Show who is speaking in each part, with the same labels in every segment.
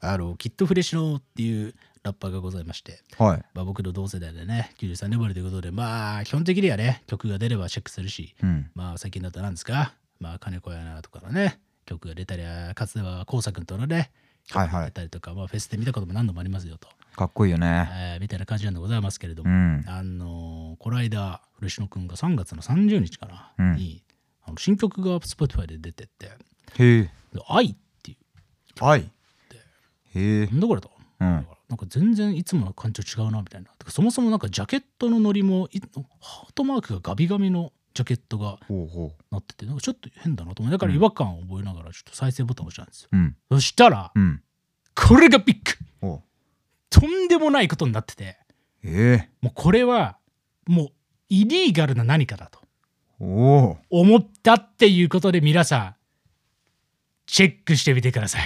Speaker 1: あのきっとフレッシュのっていうラッパーがございまして、
Speaker 2: はい。
Speaker 1: まあ、僕の同世代でね93年生まれということでまあ基本的にはね曲が出ればチェックするし
Speaker 2: うん。
Speaker 1: まあ最近だったら何ですかまあ金子やなとかのね曲が出たりあかつてはこうさくんとのね
Speaker 2: はいは
Speaker 1: 出
Speaker 2: い。
Speaker 1: たりとか、まあ、フェスで見たことも何度もありますよと、
Speaker 2: かっこいいよね。
Speaker 1: えーみたいな感じなんでございますけれども、
Speaker 2: うん。
Speaker 1: あのーこの間古野くんが3月の30日かな、
Speaker 2: うん
Speaker 1: にあの新曲が Spotify で出てって
Speaker 2: へえ。
Speaker 1: 「愛」ってい
Speaker 2: はい。へえ
Speaker 1: う。なんだこれと。
Speaker 2: うん。
Speaker 1: なんか全然いつもの感じと違うなみたいなてかそもそもなんかジャケットのノリもいハートマークがガビガビのジャケットが
Speaker 2: ほうほ
Speaker 1: なっててなんかちょっと変だなと思ってだから違和感を覚えながらちょっと再生ボタンを押したんですよ、
Speaker 2: う。うん。
Speaker 1: そしたら
Speaker 2: うん。
Speaker 1: これがビッグ
Speaker 2: おう
Speaker 1: とんでもないことになってて
Speaker 2: ええ。
Speaker 1: もうこれはもうイリーガルな何かだと
Speaker 2: おお。
Speaker 1: 思ったっていうことで皆さんチェックしてみてください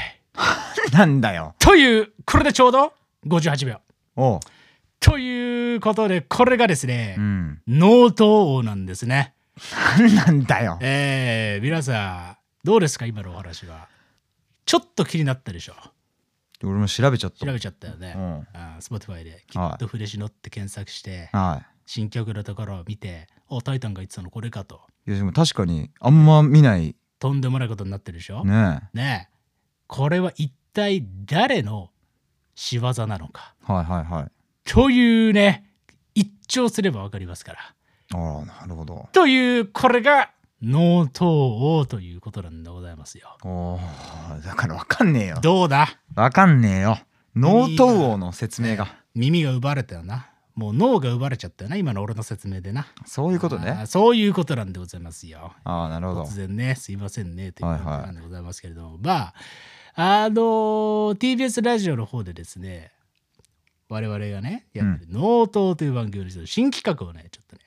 Speaker 2: なんだよ。
Speaker 1: というこれでちょうど58秒
Speaker 2: おう。
Speaker 1: ということでこれがですね、
Speaker 2: うん。
Speaker 1: ノート王なんですね
Speaker 2: なんだよ。
Speaker 1: えー、皆さんどうですか今のお話はちょっと気になったでしょ
Speaker 2: 俺も調べちゃった。
Speaker 1: 調べちゃったよね、
Speaker 2: うん。
Speaker 1: あー Spotify で「き
Speaker 2: はい
Speaker 1: っとフレシノ」って検索して、
Speaker 2: は
Speaker 1: 新曲のところを見て「おタイタンが言ってたのこれか」と
Speaker 2: い。いやでも確かにあんま見ない
Speaker 1: とんでもないことになってるでしょ、ね
Speaker 2: ね。
Speaker 1: えこれは一体誰の仕業なのか
Speaker 2: はいはいはい。
Speaker 1: というね一聴すればわかりますから
Speaker 2: ああなるほど。
Speaker 1: というこれが脳頭王ということなんでございますよ
Speaker 2: おおだからわかんねえよ。
Speaker 1: どうだ
Speaker 2: わかんねえよ。脳頭王の説明が。
Speaker 1: 耳が奪われたよなもう脳が奪われちゃったよな今の俺の説明でな
Speaker 2: そういうこと
Speaker 1: あ
Speaker 2: ね
Speaker 1: ー。そういうことなんでございますよ
Speaker 2: ああなるほど
Speaker 1: 突。然ねすいませんねという
Speaker 2: はい
Speaker 1: こ
Speaker 2: はい
Speaker 1: となんでございますけれども、まああのー TBS ラジオの方でですね我々がねやってる「ノートという番組の新企画をねちょっとね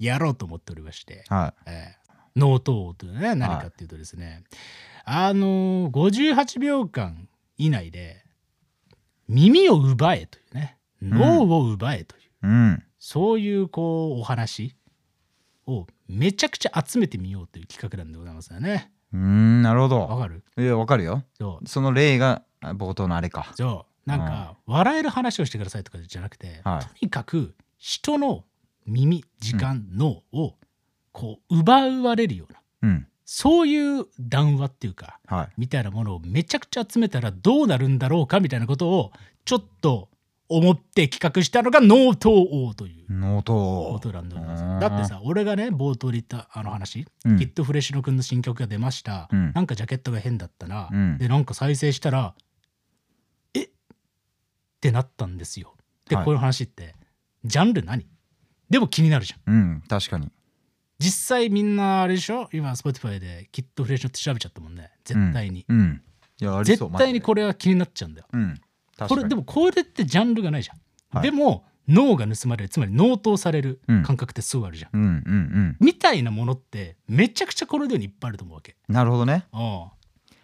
Speaker 1: やろうと思っておりまして
Speaker 2: は
Speaker 1: 「えーノート王というのはね何かっていうとですね、あのー58秒間以内で耳を奪えというね脳を奪えという、
Speaker 2: い。うん。
Speaker 1: そういうこうお話をめちゃくちゃ集めてみようという企画なんでございますよね。
Speaker 2: うーんなるほ
Speaker 1: わ
Speaker 2: ど。
Speaker 1: かる
Speaker 2: いやわかるよ。
Speaker 1: そう
Speaker 2: その例があ冒頭のあれか。
Speaker 1: そうなんか笑える話をしてくださいとかじゃなくて、
Speaker 2: はい
Speaker 1: とにかく人の耳時間脳をこう奪われるような
Speaker 2: うん。
Speaker 1: そういう談話っていうか
Speaker 2: はい。
Speaker 1: みたいなものをめちゃくちゃ集めたらどうなるんだろうかみたいなことをちょっと思って企画したのが脳頭王という
Speaker 2: 脳頭
Speaker 1: こ
Speaker 2: 王。
Speaker 1: となんでございます
Speaker 2: うん
Speaker 1: だってさ俺がね冒頭で言ったあの話
Speaker 2: うん
Speaker 1: きっとフレッシュノ君の新曲が出ました、
Speaker 2: うん
Speaker 1: なんかジャケットが変だったな、
Speaker 2: うん
Speaker 1: でなんか再生したらえってなったんですよで、
Speaker 2: はい
Speaker 1: こういう話ってジャンル何でも気になるじゃん
Speaker 2: うん確かに。
Speaker 1: 実際みんなあれでしょ今 Spotify できっとフレッシュノって調べちゃったもんね絶対に、
Speaker 2: うん。いやありそう
Speaker 1: 絶対に
Speaker 2: マジで
Speaker 1: これは気になっちゃうんだよ
Speaker 2: うん。
Speaker 1: これで
Speaker 2: も。
Speaker 1: もこれってジャンルがないじゃん、
Speaker 2: は
Speaker 1: で
Speaker 2: い
Speaker 1: も脳が盗まれるつまり脳盗される
Speaker 2: うん
Speaker 1: 感覚ってすごいあるじゃん、
Speaker 2: うんうん
Speaker 1: みたいなものってめちゃくちゃこの世にいっぱいあると思うわけ
Speaker 2: うん。なるほどね。
Speaker 1: うん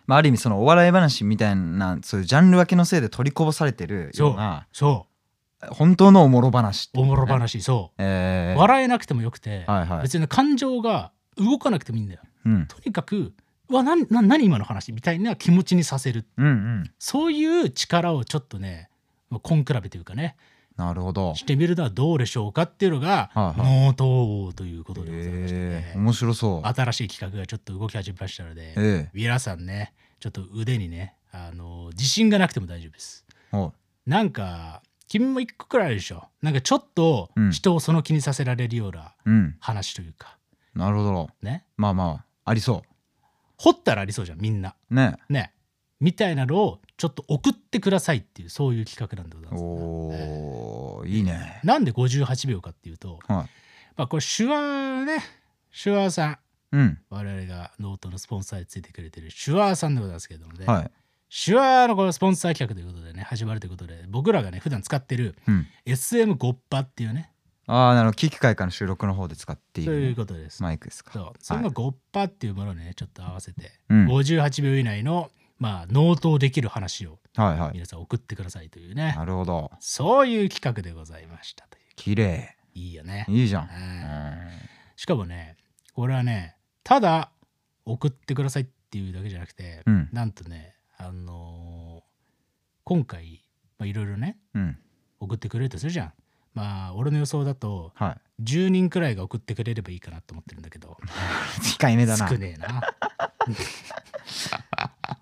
Speaker 2: まあある意味そのお笑い話みたいなそういうジャンル分けのせいで取りこぼされてるような
Speaker 1: そう
Speaker 2: 本当のおもろ話っていう
Speaker 1: お
Speaker 2: ね
Speaker 1: もろ。話そう、
Speaker 2: ええ。
Speaker 1: 笑えなくてもよくて、
Speaker 2: はいはい。
Speaker 1: 別に感情が動かなくてもいいんだよ
Speaker 2: うん
Speaker 1: とにかくうわなんな何今の話みたいな気持ちにさせる
Speaker 2: うんうん。
Speaker 1: そういう力をちょっとね根比べというかね
Speaker 2: なるほど。
Speaker 1: してみるのはどうでしょうかっていうのが
Speaker 2: はいはい
Speaker 1: 脳頭王ということでございまして
Speaker 2: え
Speaker 1: ね
Speaker 2: え面白そう。
Speaker 1: 新しい企画がちょっと動き始めましたので
Speaker 2: ええ。
Speaker 1: 皆さんねちょっと腕にねあの自信がなくても大丈夫です
Speaker 2: お
Speaker 1: なんか君も一個くらいあるでしょなんかちょっと
Speaker 2: うん
Speaker 1: 人をその気にさせられるような
Speaker 2: うん。
Speaker 1: 話というか、
Speaker 2: なるほど。
Speaker 1: ね
Speaker 2: まあまあありそ
Speaker 1: 掘ったらありそうじゃんみんな
Speaker 2: う。ね。
Speaker 1: ねみたいなのをちょっと送ってくださいっていうそういう企画なんでございます、
Speaker 2: おおいいね。
Speaker 1: なんで58秒かっていうと、
Speaker 2: はい。
Speaker 1: まあ、これ手話ね手話さん
Speaker 2: うん。
Speaker 1: 我々がノートのスポンサーについてくれてる手話さんでございますけれどもね、
Speaker 2: はい。
Speaker 1: 手話のこのスポンサー企画ということでね始まるということで僕らがね普段使ってる
Speaker 2: うん。
Speaker 1: SM ゴッパっていうね
Speaker 2: ああ、なるほど。危機会から収録の方で使ってい
Speaker 1: そういう
Speaker 2: る
Speaker 1: ことです
Speaker 2: マイクですか。
Speaker 1: そうそれが
Speaker 2: はい
Speaker 1: ゴッパっていうものをねちょっと合わせて、
Speaker 2: うん
Speaker 1: 58秒以内のまあ納刀できる話を
Speaker 2: はいはい。
Speaker 1: 皆さん送ってくださいというね
Speaker 2: なるほど。
Speaker 1: そういう企画でございましたという
Speaker 2: 綺麗。
Speaker 1: いいよね
Speaker 2: いいじゃん。
Speaker 1: うん
Speaker 2: う
Speaker 1: しかもねこれはねただ送ってくださいっていうだけじゃなくて、
Speaker 2: ん。
Speaker 1: なんとねあのー今回まあいろいろね
Speaker 2: うん
Speaker 1: 送ってくれるとするじゃんまあ俺の予想だと
Speaker 2: は
Speaker 1: 10人くらいが送ってくれればいいかなと思ってるんだけど
Speaker 2: い 控えめだな
Speaker 1: 少ねえな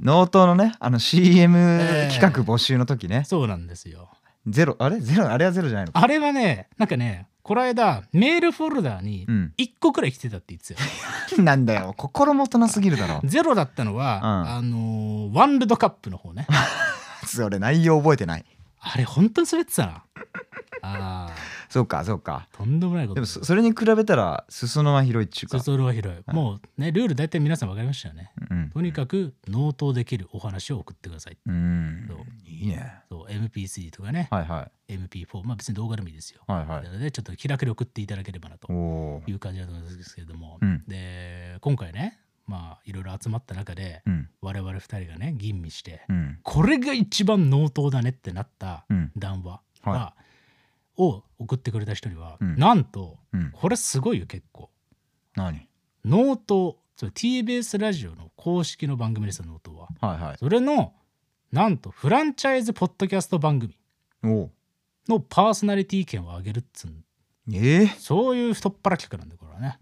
Speaker 2: ノートのねあの CM
Speaker 1: ええ
Speaker 2: 企画募集の時ね、
Speaker 1: そうなんですよ
Speaker 2: ゼロあれゼロあれはゼロじゃないのか
Speaker 1: あれはねなんかねこの間メールフォルダーに
Speaker 2: うん
Speaker 1: 1個くらい来てたって言ってたよ、
Speaker 2: なんだよ心もとなすぎるだろ
Speaker 1: ゼロだったのは、
Speaker 2: うん
Speaker 1: あのーワンルドカップの方ね
Speaker 2: それ内容覚えてない
Speaker 1: あれ本当に滑ってたなあ
Speaker 2: そうかそうか
Speaker 1: ーとんでもないこと
Speaker 2: でもそそれに比べたら裾野は広いっちゅう
Speaker 1: そう
Speaker 2: か
Speaker 1: それは広い、
Speaker 2: うん
Speaker 1: もうねルール大体皆さん分かりましたよね
Speaker 2: うん
Speaker 1: とにかく納刀できるお話を送ってください
Speaker 2: うん
Speaker 1: そう
Speaker 2: いいね
Speaker 1: そう MP3 とかね、
Speaker 2: はいはい
Speaker 1: MP4 まあ別に動画でもいいですよ、
Speaker 2: はいは
Speaker 1: ないのでちょっと気楽に送っていただければなと
Speaker 2: おおー
Speaker 1: いう感じだと思うんですけれども、
Speaker 2: うん
Speaker 1: で今回ねまあいろいろ集まった中で
Speaker 2: うん
Speaker 1: 我々2人がね吟味して、
Speaker 2: うん
Speaker 1: これが一番納刀だねってなった
Speaker 2: うん
Speaker 1: 談話が、
Speaker 2: は
Speaker 1: を送ってくれた人には、
Speaker 2: うん
Speaker 1: なんと
Speaker 2: いうん
Speaker 1: これすごいよ結構
Speaker 2: 何
Speaker 1: 納刀つまり TBS ラジオの公式の番組ですよ納刀は
Speaker 2: はいはい
Speaker 1: それのなんとフランチャイズポッドキャスト番組
Speaker 2: おお
Speaker 1: のパーソナリティ権を上げるっつうん
Speaker 2: ええ
Speaker 1: そういう太っ腹企画なんだこれはね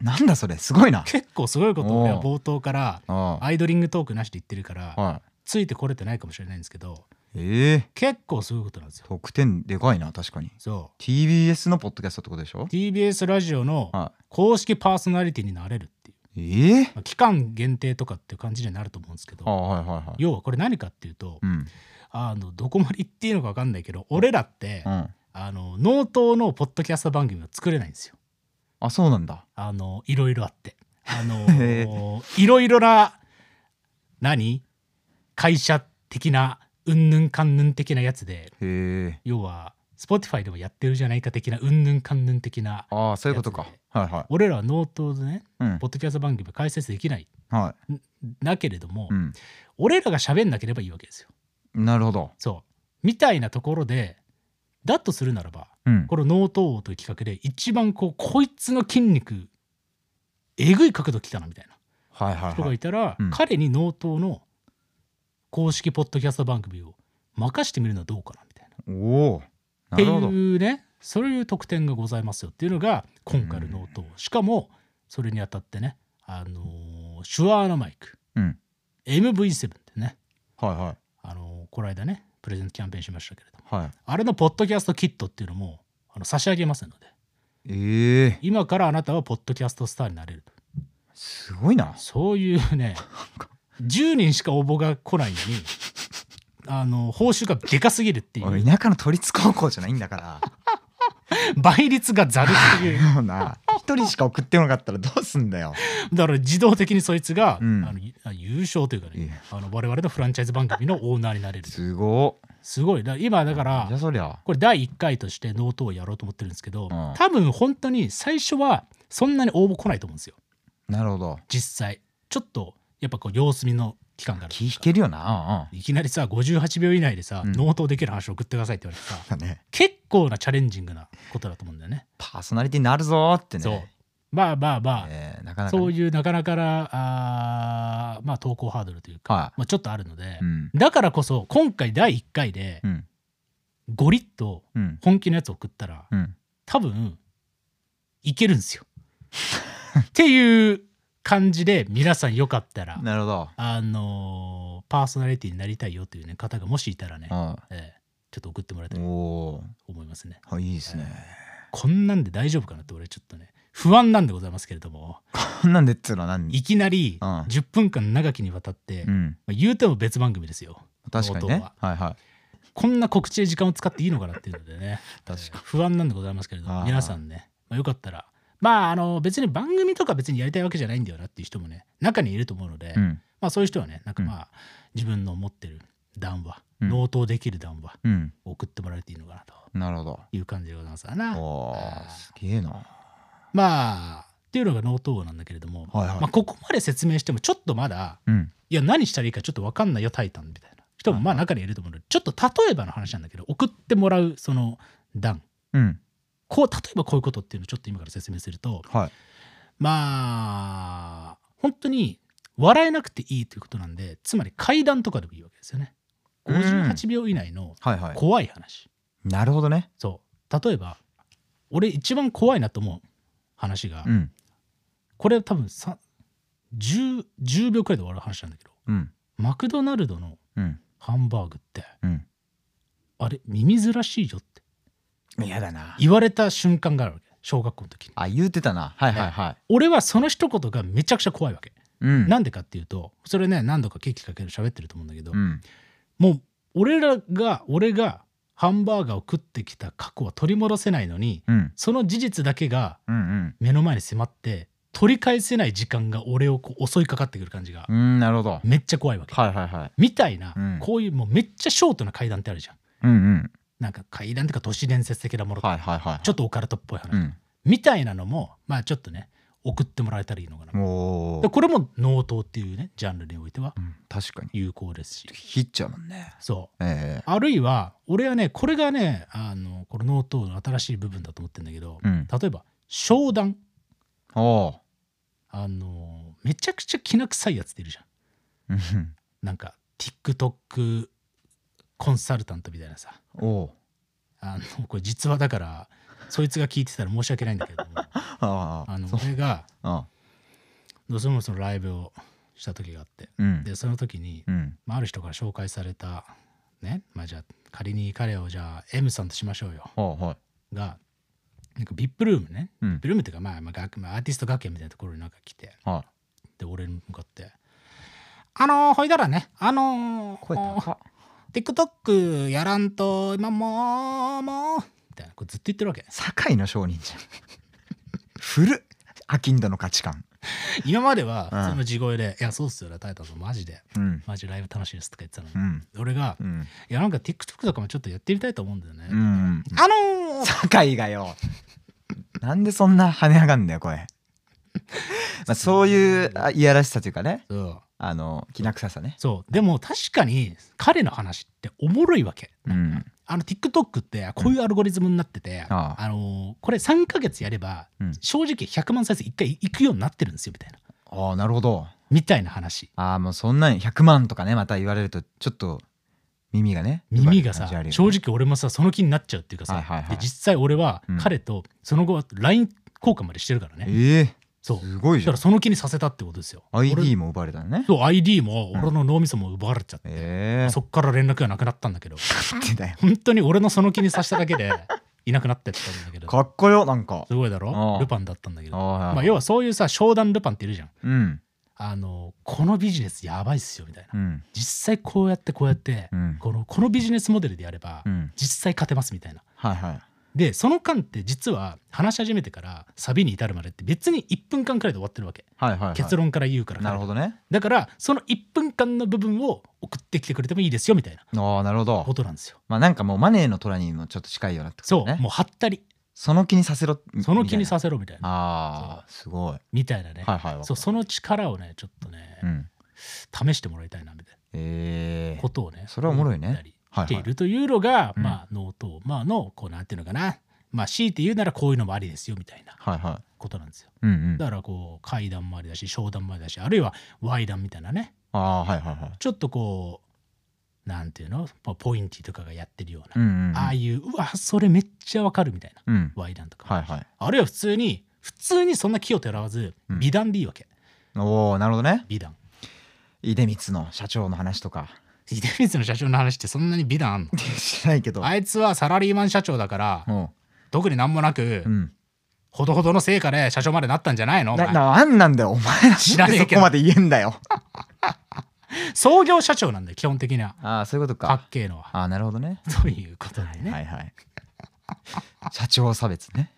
Speaker 2: ななんだそれすごいな
Speaker 1: 結構すごいことを
Speaker 2: おう
Speaker 1: 俺は冒頭から
Speaker 2: あ
Speaker 1: アイドリングトークなしで言ってるから
Speaker 2: あは
Speaker 1: ついてこれてないかもしれないんですけど
Speaker 2: いええ
Speaker 1: 結構すごいことなんですよ
Speaker 2: 得点でかいな確かに
Speaker 1: そう
Speaker 2: TBS のポッドキャストってことでしょ
Speaker 1: TBS ラジオの
Speaker 2: は
Speaker 1: 公式パーソナリティになれるっていう、
Speaker 2: いええ
Speaker 1: まあ期間限定とかっていう感じにはなると思うんですけど
Speaker 2: あはいはいはい
Speaker 1: 要はこれ何かっていうと
Speaker 2: うん
Speaker 1: あのどこまで言っていいのか分かんないけど俺らって
Speaker 2: うん
Speaker 1: あの納刀のポッドキャスト番組は作れないんですよ
Speaker 2: あそうなんだ
Speaker 1: あのいろいろあってあ
Speaker 2: へ
Speaker 1: のいろいろな何会社的なうんぬんかんぬん的なやつで
Speaker 2: へえ
Speaker 1: 要は Spotify でもやってるじゃないか的なうんぬんかんぬん的な
Speaker 2: ああそういうことか
Speaker 1: やつで
Speaker 2: はいは
Speaker 1: 俺らはノートでね
Speaker 2: いうん
Speaker 1: ポッドキャスト番組は解説できない
Speaker 2: は
Speaker 1: だけれども、
Speaker 2: いうん
Speaker 1: 俺らが喋んなければいいわけですよ
Speaker 2: なるほど
Speaker 1: そうみたいなところでだとするならば
Speaker 2: うん
Speaker 1: このノート王という企画で一番こうこいつの筋肉えぐい角度きたなみたいな
Speaker 2: はいはい
Speaker 1: 人
Speaker 2: は
Speaker 1: が
Speaker 2: い
Speaker 1: いたら、
Speaker 2: うん
Speaker 1: 彼に納刀の公式ポッドキャスト番組を任してみるのはどうかなみたいな。
Speaker 2: おおな
Speaker 1: って
Speaker 2: るほど
Speaker 1: いうねそういう特典がございますよっていうのが今回の納刀、しかもそれにあたってね、あのーシュアーのマイク
Speaker 2: うん
Speaker 1: MV7 ってね、
Speaker 2: はいはい
Speaker 1: あのーこの間ねプレゼントキャンペーンしましたけれども
Speaker 2: はい
Speaker 1: あれのポッドキャストキットっていうのもあの差し上げますので
Speaker 2: ええ
Speaker 1: 今からあなたはポッドキャストスターになれると
Speaker 2: すごいな
Speaker 1: そういうね10人しか応募が来ないのにあの報酬がでかすぎるってい
Speaker 2: おいう田舎の都立高校じゃないんだから
Speaker 1: 倍率がざるって いう
Speaker 2: もうな一人しか送ってなかったらどうすんだよ
Speaker 1: だから自動的にそいつが、
Speaker 2: うん
Speaker 1: あのゆ優勝というか
Speaker 2: いい
Speaker 1: ねあの我々のフランチャイズ番組のオーナーになれる
Speaker 2: すごっ
Speaker 1: すごいだ今だか
Speaker 2: じゃ
Speaker 1: ら
Speaker 2: そりゃ
Speaker 1: これ第1回としてノートをやろうと思ってるんですけど、
Speaker 2: うん
Speaker 1: 多分本当に最初はそんなに応募来ないと思うんですよ
Speaker 2: なるほど
Speaker 1: 実際ちょっとやっぱこう様子見の期間がある
Speaker 2: 気引けるよない
Speaker 1: きなりさ58秒以内でさ、
Speaker 2: うん
Speaker 1: 納刀できる話を送ってくださいって言われてさ
Speaker 2: うんだね
Speaker 1: 結構なチャレンジングなことだと思うんだよね。
Speaker 2: パーソナリティになるぞーってね
Speaker 1: そうまあまあまあ、
Speaker 2: えーなかなかね
Speaker 1: そういうなかなかなあーまあ投稿ハードルというか、
Speaker 2: は
Speaker 1: まあ、ちょっとあるので
Speaker 2: い、うん
Speaker 1: だからこそ今回第1回で
Speaker 2: うん
Speaker 1: ゴリッと
Speaker 2: うん
Speaker 1: 本気のやつ送ったら
Speaker 2: うん
Speaker 1: 多分いけるんですよ。っていう感じで皆さんよかったら、
Speaker 2: なるほど
Speaker 1: あのーパーソナリティになりたいよという、ね、方がもしいたらね、ええちょっと送ってもらいた
Speaker 2: う
Speaker 1: い
Speaker 2: ん
Speaker 1: と
Speaker 2: お
Speaker 1: 思いますね。
Speaker 2: おいいですね
Speaker 1: こんなんで大丈夫かなって俺ちょっとね不安なんでございますけれども
Speaker 2: こんなんでっつうのは何
Speaker 1: いきなり
Speaker 2: うん
Speaker 1: 10分間長きにわたって、
Speaker 2: う
Speaker 1: ま
Speaker 2: ん
Speaker 1: あ、言うても別番組ですよ
Speaker 2: 確か
Speaker 1: ノ
Speaker 2: に
Speaker 1: ー
Speaker 2: ね
Speaker 1: ト
Speaker 2: はいはい
Speaker 1: こんな告知で時間を使っていいのかなっていうのでね
Speaker 2: 確か
Speaker 1: えー不安なんでございますけれど
Speaker 2: あ
Speaker 1: も
Speaker 2: ー
Speaker 1: 皆さんね、まあ、よかったらまああの別に番組とか別にやりたいわけじゃないんだよなっていう人もね中にいると思うので、
Speaker 2: うん
Speaker 1: まあ、そういう人はねなんか
Speaker 2: うん
Speaker 1: まあ、自分の持ってる談話
Speaker 2: うん
Speaker 1: 納刀できる談話
Speaker 2: うん
Speaker 1: を送ってもらえていいのかなと
Speaker 2: なるほど
Speaker 1: いう感じでございますわな。
Speaker 2: おーすげえな
Speaker 1: まあっていうのが納刀王なんだけれども、
Speaker 2: はいはい
Speaker 1: まあ、ここまで説明してもちょっとまだ
Speaker 2: うん
Speaker 1: いや何したらいいかちょっと分かんないよタイタンみたいな人もまあ中にはいると思うのでちょっと例えばの話なんだけど送ってもらうその段
Speaker 2: うん
Speaker 1: こう例えばこういうことっていうのをちょっと今から説明すると
Speaker 2: はい
Speaker 1: まあ本当に笑えなくていいということなんでつまり怪談とかでもいいわけですよね。 58秒以内の
Speaker 2: はいは
Speaker 1: 怖い話、
Speaker 2: いなるほどね
Speaker 1: そう例えば俺一番怖いなと思う話が、
Speaker 2: うん
Speaker 1: これ多分さ 10, 10秒くらいで終わる話なんだけど
Speaker 2: うん
Speaker 1: マクドナルドの
Speaker 2: うん
Speaker 1: ハンバーグって
Speaker 2: うん
Speaker 1: あれ耳ずらしいよって
Speaker 2: 嫌だな
Speaker 1: 言われた瞬間があるわけ小学校の時に
Speaker 2: あ言うてたなはいはいはい
Speaker 1: 俺はその一言がめちゃくちゃ怖いわけ
Speaker 2: うん
Speaker 1: なんでかっていうとそれね何度かケーキかける喋ってると思うんだけど、
Speaker 2: うん
Speaker 1: もう俺らが俺がハンバーガーを食ってきた過去は取り戻せないのに
Speaker 2: うん
Speaker 1: その事実だけが
Speaker 2: うん
Speaker 1: 目の前に迫って取り返せない時間が俺をこう襲いかかってくる感じが
Speaker 2: うんうんなるほど
Speaker 1: めっちゃ怖いわけ、
Speaker 2: はいはいはい
Speaker 1: みたいな、
Speaker 2: うん
Speaker 1: こういうもうめっちゃショートな階段ってあるじゃん
Speaker 2: うんうん
Speaker 1: なんか階段とか都市伝説的なもの、
Speaker 2: はいはいはい
Speaker 1: ちょっとオカルトっぽい話、
Speaker 2: うん
Speaker 1: みたいなのもまあちょっとね送ってもらえたらいいのかな、
Speaker 2: お
Speaker 1: で
Speaker 2: ー
Speaker 1: これも納刀っていうねジャンルにおいては
Speaker 2: うん確かに
Speaker 1: 有効ですし
Speaker 2: ヒッチャーもんね
Speaker 1: そう
Speaker 2: ええ
Speaker 1: あるいは俺はねこれがねあのこのノートの新しい部分だと思ってるんだけど、
Speaker 2: うん
Speaker 1: 例えば商談
Speaker 2: おー
Speaker 1: あのめちゃくちゃきな臭いやつっているじゃん
Speaker 2: うん
Speaker 1: なんか TikTok コンサルタントみたいなさ
Speaker 2: おー
Speaker 1: あのこれ実話だからそいつが聞いてたら申し訳ないんだけども
Speaker 2: あ
Speaker 1: あ
Speaker 2: あ
Speaker 1: の
Speaker 2: そう
Speaker 1: 俺が
Speaker 2: あ
Speaker 1: どうしてもそのライブをした時があって
Speaker 2: うん
Speaker 1: でその時に、
Speaker 2: うん
Speaker 1: まあ、ある人から紹介されたねまあじゃあ仮に彼をじゃあ M さんとしましょうよ
Speaker 2: はいはい
Speaker 1: がなんか VIP ルームね
Speaker 2: うん
Speaker 1: ブルームっていうか、まあまあ学まあ、アーティスト学園みたいなところになんか来て
Speaker 2: はい
Speaker 1: で俺に向かって「あのー、ほいだらねあの
Speaker 2: 声
Speaker 1: ー、
Speaker 2: 高っ
Speaker 1: TikTok やらんと今もうもう」みたいなこれずっと言ってるわけ
Speaker 2: 堺の商人じゃん古っアキンドの価値観
Speaker 1: 今までは
Speaker 2: うん
Speaker 1: その地声で「いやそうっすよねタイタンさんマジで
Speaker 2: うん
Speaker 1: マジライブ楽しいです」とか言ってたの
Speaker 2: う
Speaker 1: に、
Speaker 2: ん
Speaker 1: 俺が
Speaker 2: う
Speaker 1: 「
Speaker 2: ん
Speaker 1: いやなんか TikTok とかもちょっとやってみたいと思うんだよね」
Speaker 2: うん
Speaker 1: あのー、
Speaker 2: 堺がよなんでそんな跳ね上がんだよこれまあそういうあいやらしさというかね
Speaker 1: そう
Speaker 2: あのきな臭さね
Speaker 1: そうでも確かに彼の話っておもろいわけ
Speaker 2: うん
Speaker 1: あの TikTok ってこういうアルゴリズムになってて、
Speaker 2: ああ
Speaker 1: あのーこれ3ヶ月やれば
Speaker 2: うん
Speaker 1: 正直100万再生1回いくようになってるんですよみたいな
Speaker 2: ああなるほど
Speaker 1: みたいな話
Speaker 2: ああもうそんなに100万とかねまた言われるとちょっと耳がね
Speaker 1: 耳がさ、
Speaker 2: 奪われる
Speaker 1: 正
Speaker 2: 感じ
Speaker 1: 直俺もさその気になっちゃうっていうかさ、
Speaker 2: はいはいはい
Speaker 1: で実際俺は
Speaker 2: うん
Speaker 1: 彼とその後は LINE 交換までしてるから
Speaker 2: あ
Speaker 1: ね、
Speaker 2: るよねえ
Speaker 1: そう
Speaker 2: えすごい
Speaker 1: だ
Speaker 2: じ
Speaker 1: か
Speaker 2: ゃん
Speaker 1: らその気にさせたってことですよ
Speaker 2: ID
Speaker 1: 俺
Speaker 2: も奪われたのね
Speaker 1: そう ID も俺の脳みそも奪われちゃって、
Speaker 2: ええ
Speaker 1: そっから連絡がなくなったんだけど
Speaker 2: ってだよ
Speaker 1: 本当に俺のその気にさせただけで いなくなってったんだけど
Speaker 2: かっこよなんか
Speaker 1: すごいだろ
Speaker 2: ああ
Speaker 1: ルパンだったんだけど
Speaker 2: ああ
Speaker 1: まあ、要はそういうさ商談ルパンっているじゃん
Speaker 2: うん
Speaker 1: あのこのビジネスやばいっすよみたいな
Speaker 2: うん
Speaker 1: 実際こうやってこうやって、
Speaker 2: うん
Speaker 1: このこのビジネスモデルでやれば、
Speaker 2: うん
Speaker 1: 実際勝てますみたいな
Speaker 2: はいはい
Speaker 1: でその間って実は話し始めてからサビに至るまでって別に1分間くらいで終わってるわけ、
Speaker 2: はいはいはい
Speaker 1: 結論から言うから
Speaker 2: なるほどね
Speaker 1: だからその1分間の部分を送ってきてくれてもいいですよみたいな
Speaker 2: ああなるほど
Speaker 1: ことなんですよ
Speaker 2: まあなんかもうマネーの虎にもちょっと近いようなってこ
Speaker 1: そ
Speaker 2: と
Speaker 1: う、
Speaker 2: ね
Speaker 1: もうはったり
Speaker 2: その気にさせろみ
Speaker 1: その気に
Speaker 2: み
Speaker 1: させろみたい
Speaker 2: たい
Speaker 1: な
Speaker 2: なああすごい
Speaker 1: みたいなね、
Speaker 2: はいはいわかる
Speaker 1: そうその力をねちょっとね、
Speaker 2: うん
Speaker 1: 試してもらいたいなみたいな
Speaker 2: ええ
Speaker 1: ことをね
Speaker 2: それはおもろいね
Speaker 1: 思ったり
Speaker 2: はい
Speaker 1: して
Speaker 2: はいい
Speaker 1: るというのが、
Speaker 2: うん
Speaker 1: まあノートまあのこうなんていうのかなまあ強いて言うならこういうのもありですよみたいな
Speaker 2: はいはい
Speaker 1: ことなんですよ
Speaker 2: うんうん
Speaker 1: だからこう階段もありだし商談もありだしあるいは Y 談みたいなね
Speaker 2: ああはいはいはい
Speaker 1: ちょっとこうなんていうの、まあ、ポインティとかがやってるよう
Speaker 2: う
Speaker 1: な、
Speaker 2: んうんうん
Speaker 1: ああいううわそれめっちゃわかるみたいな
Speaker 2: うん
Speaker 1: Y 談とか、
Speaker 2: はいはい
Speaker 1: あるいは普通に普通にそんな気をてらわず
Speaker 2: うん
Speaker 1: 美談でいいわけ
Speaker 2: おおなるほどね
Speaker 1: 美談
Speaker 2: 出光の社長の話とか
Speaker 1: 秀光の社長の話ってそんなに美談あんの
Speaker 2: しないけど
Speaker 1: あいつはサラリーマン社長だから
Speaker 2: お
Speaker 1: 特になんもなく、
Speaker 2: ううん
Speaker 1: ほどほどの成果で社長までなったんじゃないのお
Speaker 2: な
Speaker 1: 前
Speaker 2: なあんなんだよお前ら
Speaker 1: 知らねえ
Speaker 2: そ
Speaker 1: け
Speaker 2: こ
Speaker 1: ど
Speaker 2: まで言えん だよ
Speaker 1: 創業社長なんだよ基本的には
Speaker 2: ああそういうこと
Speaker 1: か
Speaker 2: か
Speaker 1: っけえのは
Speaker 2: ああなるほどね
Speaker 1: ということでね、
Speaker 2: はいはい 社長差別ね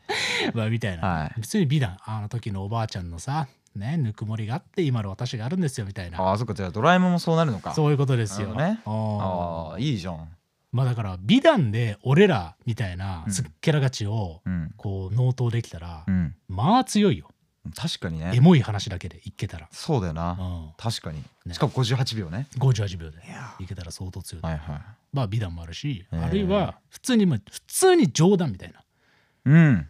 Speaker 1: まあみたいな、
Speaker 2: はい
Speaker 1: 普通に美談あの時のおばあちゃんのさねぬくもりがあって今の私があるんですよみたいな
Speaker 2: ああそっかじゃあドラえもんもそうなるのか
Speaker 1: そういうことですよ、
Speaker 2: なる
Speaker 1: うん
Speaker 2: ああいいじゃん
Speaker 1: まあだから美談で俺らみたいな
Speaker 2: うん
Speaker 1: すっけらがちを
Speaker 2: うん
Speaker 1: こう納刀できたら、
Speaker 2: うん
Speaker 1: まあ強いよ
Speaker 2: 確かに
Speaker 1: エ
Speaker 2: ね
Speaker 1: モい話だけでいけたら、
Speaker 2: そうだよ
Speaker 1: う、
Speaker 2: なん確かに
Speaker 1: ね
Speaker 2: しかも58秒ね
Speaker 1: 58秒で
Speaker 2: いや
Speaker 1: いけたら相当強い、
Speaker 2: はいはい
Speaker 1: まあ美談もあるし
Speaker 2: へえ
Speaker 1: あるいは普通にまあ普通に冗談みたいな
Speaker 2: うん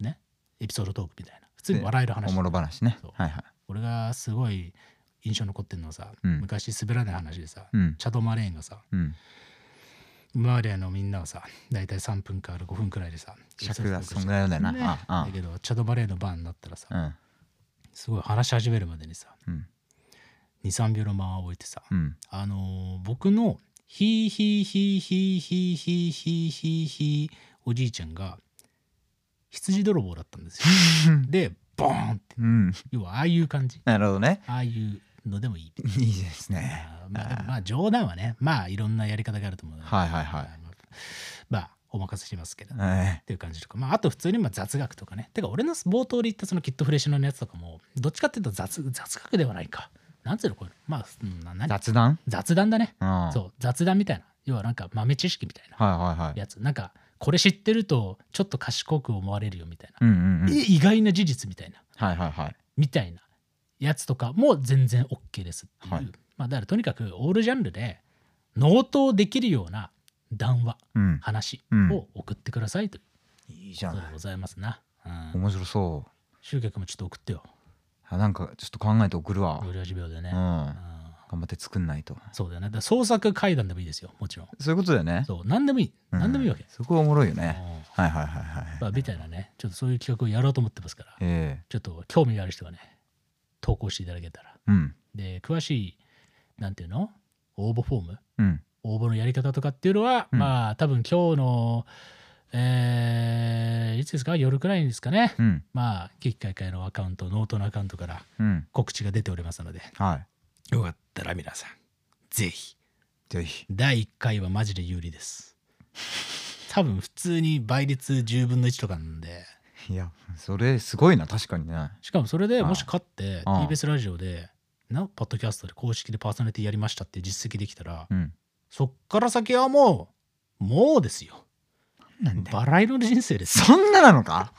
Speaker 1: ねエピソードトークみたいな普通に笑える
Speaker 2: お
Speaker 1: 話
Speaker 2: もろ話ね
Speaker 1: そう
Speaker 2: はいはい
Speaker 1: 俺がすごい印象に残ってんのはさ、
Speaker 2: うん
Speaker 1: 昔滑らない話でさ、
Speaker 2: うん
Speaker 1: チャド・マレーンがさ
Speaker 2: うん
Speaker 1: 今までのみんなはさ大体3分から5分くらいでさ
Speaker 2: 尺がそんぐらいだよな
Speaker 1: ね
Speaker 2: ああ
Speaker 1: だけどチャド・マレーンの番になったらさ、
Speaker 2: うん
Speaker 1: すごい話し始めるまでにさ
Speaker 2: うん
Speaker 1: 23秒の間を置いてさ、
Speaker 2: うん
Speaker 1: あのー僕のヒーヒーヒーヒーヒーヒーヒーヒーヒーおじいちゃんが羊泥棒だったんですよでボーンって
Speaker 2: うん
Speaker 1: 要はああいう感じ
Speaker 2: なるほどね
Speaker 1: ああいうので もいい
Speaker 2: いいですね
Speaker 1: あーまあ、でもまあ冗談はねまあいろんなやり方があると思うので
Speaker 2: はいはいはい
Speaker 1: まあまあお任せしますけど、っ
Speaker 2: え
Speaker 1: ていう感じとかまああと普通にまあ雑学とかねてか俺の冒頭で言ったそのキットフレッシュのやつとかもどっちかっていうと雑雑学ではないかなんつうのこれまあうんな何
Speaker 2: え雑談
Speaker 1: 雑談だね
Speaker 2: うん
Speaker 1: そう雑談みたいな要はなんか豆知識みたいな
Speaker 2: はいはいはい
Speaker 1: やつなんかこれ知ってるとちょっと賢く思われるよみたいな、
Speaker 2: うんうんうん
Speaker 1: え意外な事実みたいな
Speaker 2: はいはいはい
Speaker 1: みたいなやつとかも全然 OK ですっていう、
Speaker 2: はい
Speaker 1: まあ、だからとにかくオールジャンルで納刀できるような談話
Speaker 2: うん
Speaker 1: 話
Speaker 2: うん
Speaker 1: を送ってくださいという
Speaker 2: いいじゃ
Speaker 1: こと
Speaker 2: な
Speaker 1: で
Speaker 2: い
Speaker 1: ございますな、うん、
Speaker 2: 面白そう
Speaker 1: 集客もちょっと送ってよ
Speaker 2: あなんかちょっと考えて送るわ
Speaker 1: 無料授業でね、
Speaker 2: うん
Speaker 1: うん
Speaker 2: 頑張って作んないと
Speaker 1: そうだよねだから創作会談でもいいですよもちろん
Speaker 2: そういうことだよね
Speaker 1: そう何でもいい
Speaker 2: うん
Speaker 1: 何でもいいわけ、
Speaker 2: そこはおもろいよ
Speaker 1: う
Speaker 2: ね
Speaker 1: ん
Speaker 2: はいはいはいはい
Speaker 1: まあ、みたいなねちょっとそういう企画をやろうと思ってますから
Speaker 2: え
Speaker 1: ちょっと興味がある人はね投稿していただけたら
Speaker 2: えうん
Speaker 1: で詳しいなんていうの応募フォーム
Speaker 2: うん
Speaker 1: 応募のやり方とかっていうのは、
Speaker 2: うん
Speaker 1: まあ多分今日のえーいつですか夜くらいにですかね、
Speaker 2: うん
Speaker 1: まあ危機開会のアカウントノートのアカウントから
Speaker 2: うん
Speaker 1: 告知が出ておりますので
Speaker 2: はい
Speaker 1: よかったら皆さんぜひ
Speaker 2: ぜひ
Speaker 1: 第1回はマジで有利です多分普通に倍率10分の1とかなんで
Speaker 2: いやそれすごいな確かにね
Speaker 1: しかもそれで
Speaker 2: はい
Speaker 1: もし勝って
Speaker 2: うん
Speaker 1: TBS ラジオでなポッドキャストで公式でパーソナリティやりましたっていう実績できたら
Speaker 2: うん
Speaker 1: そっから先はもうもうですよ
Speaker 2: なんだよ
Speaker 1: バラ色の人生ですよ
Speaker 2: そんなな のか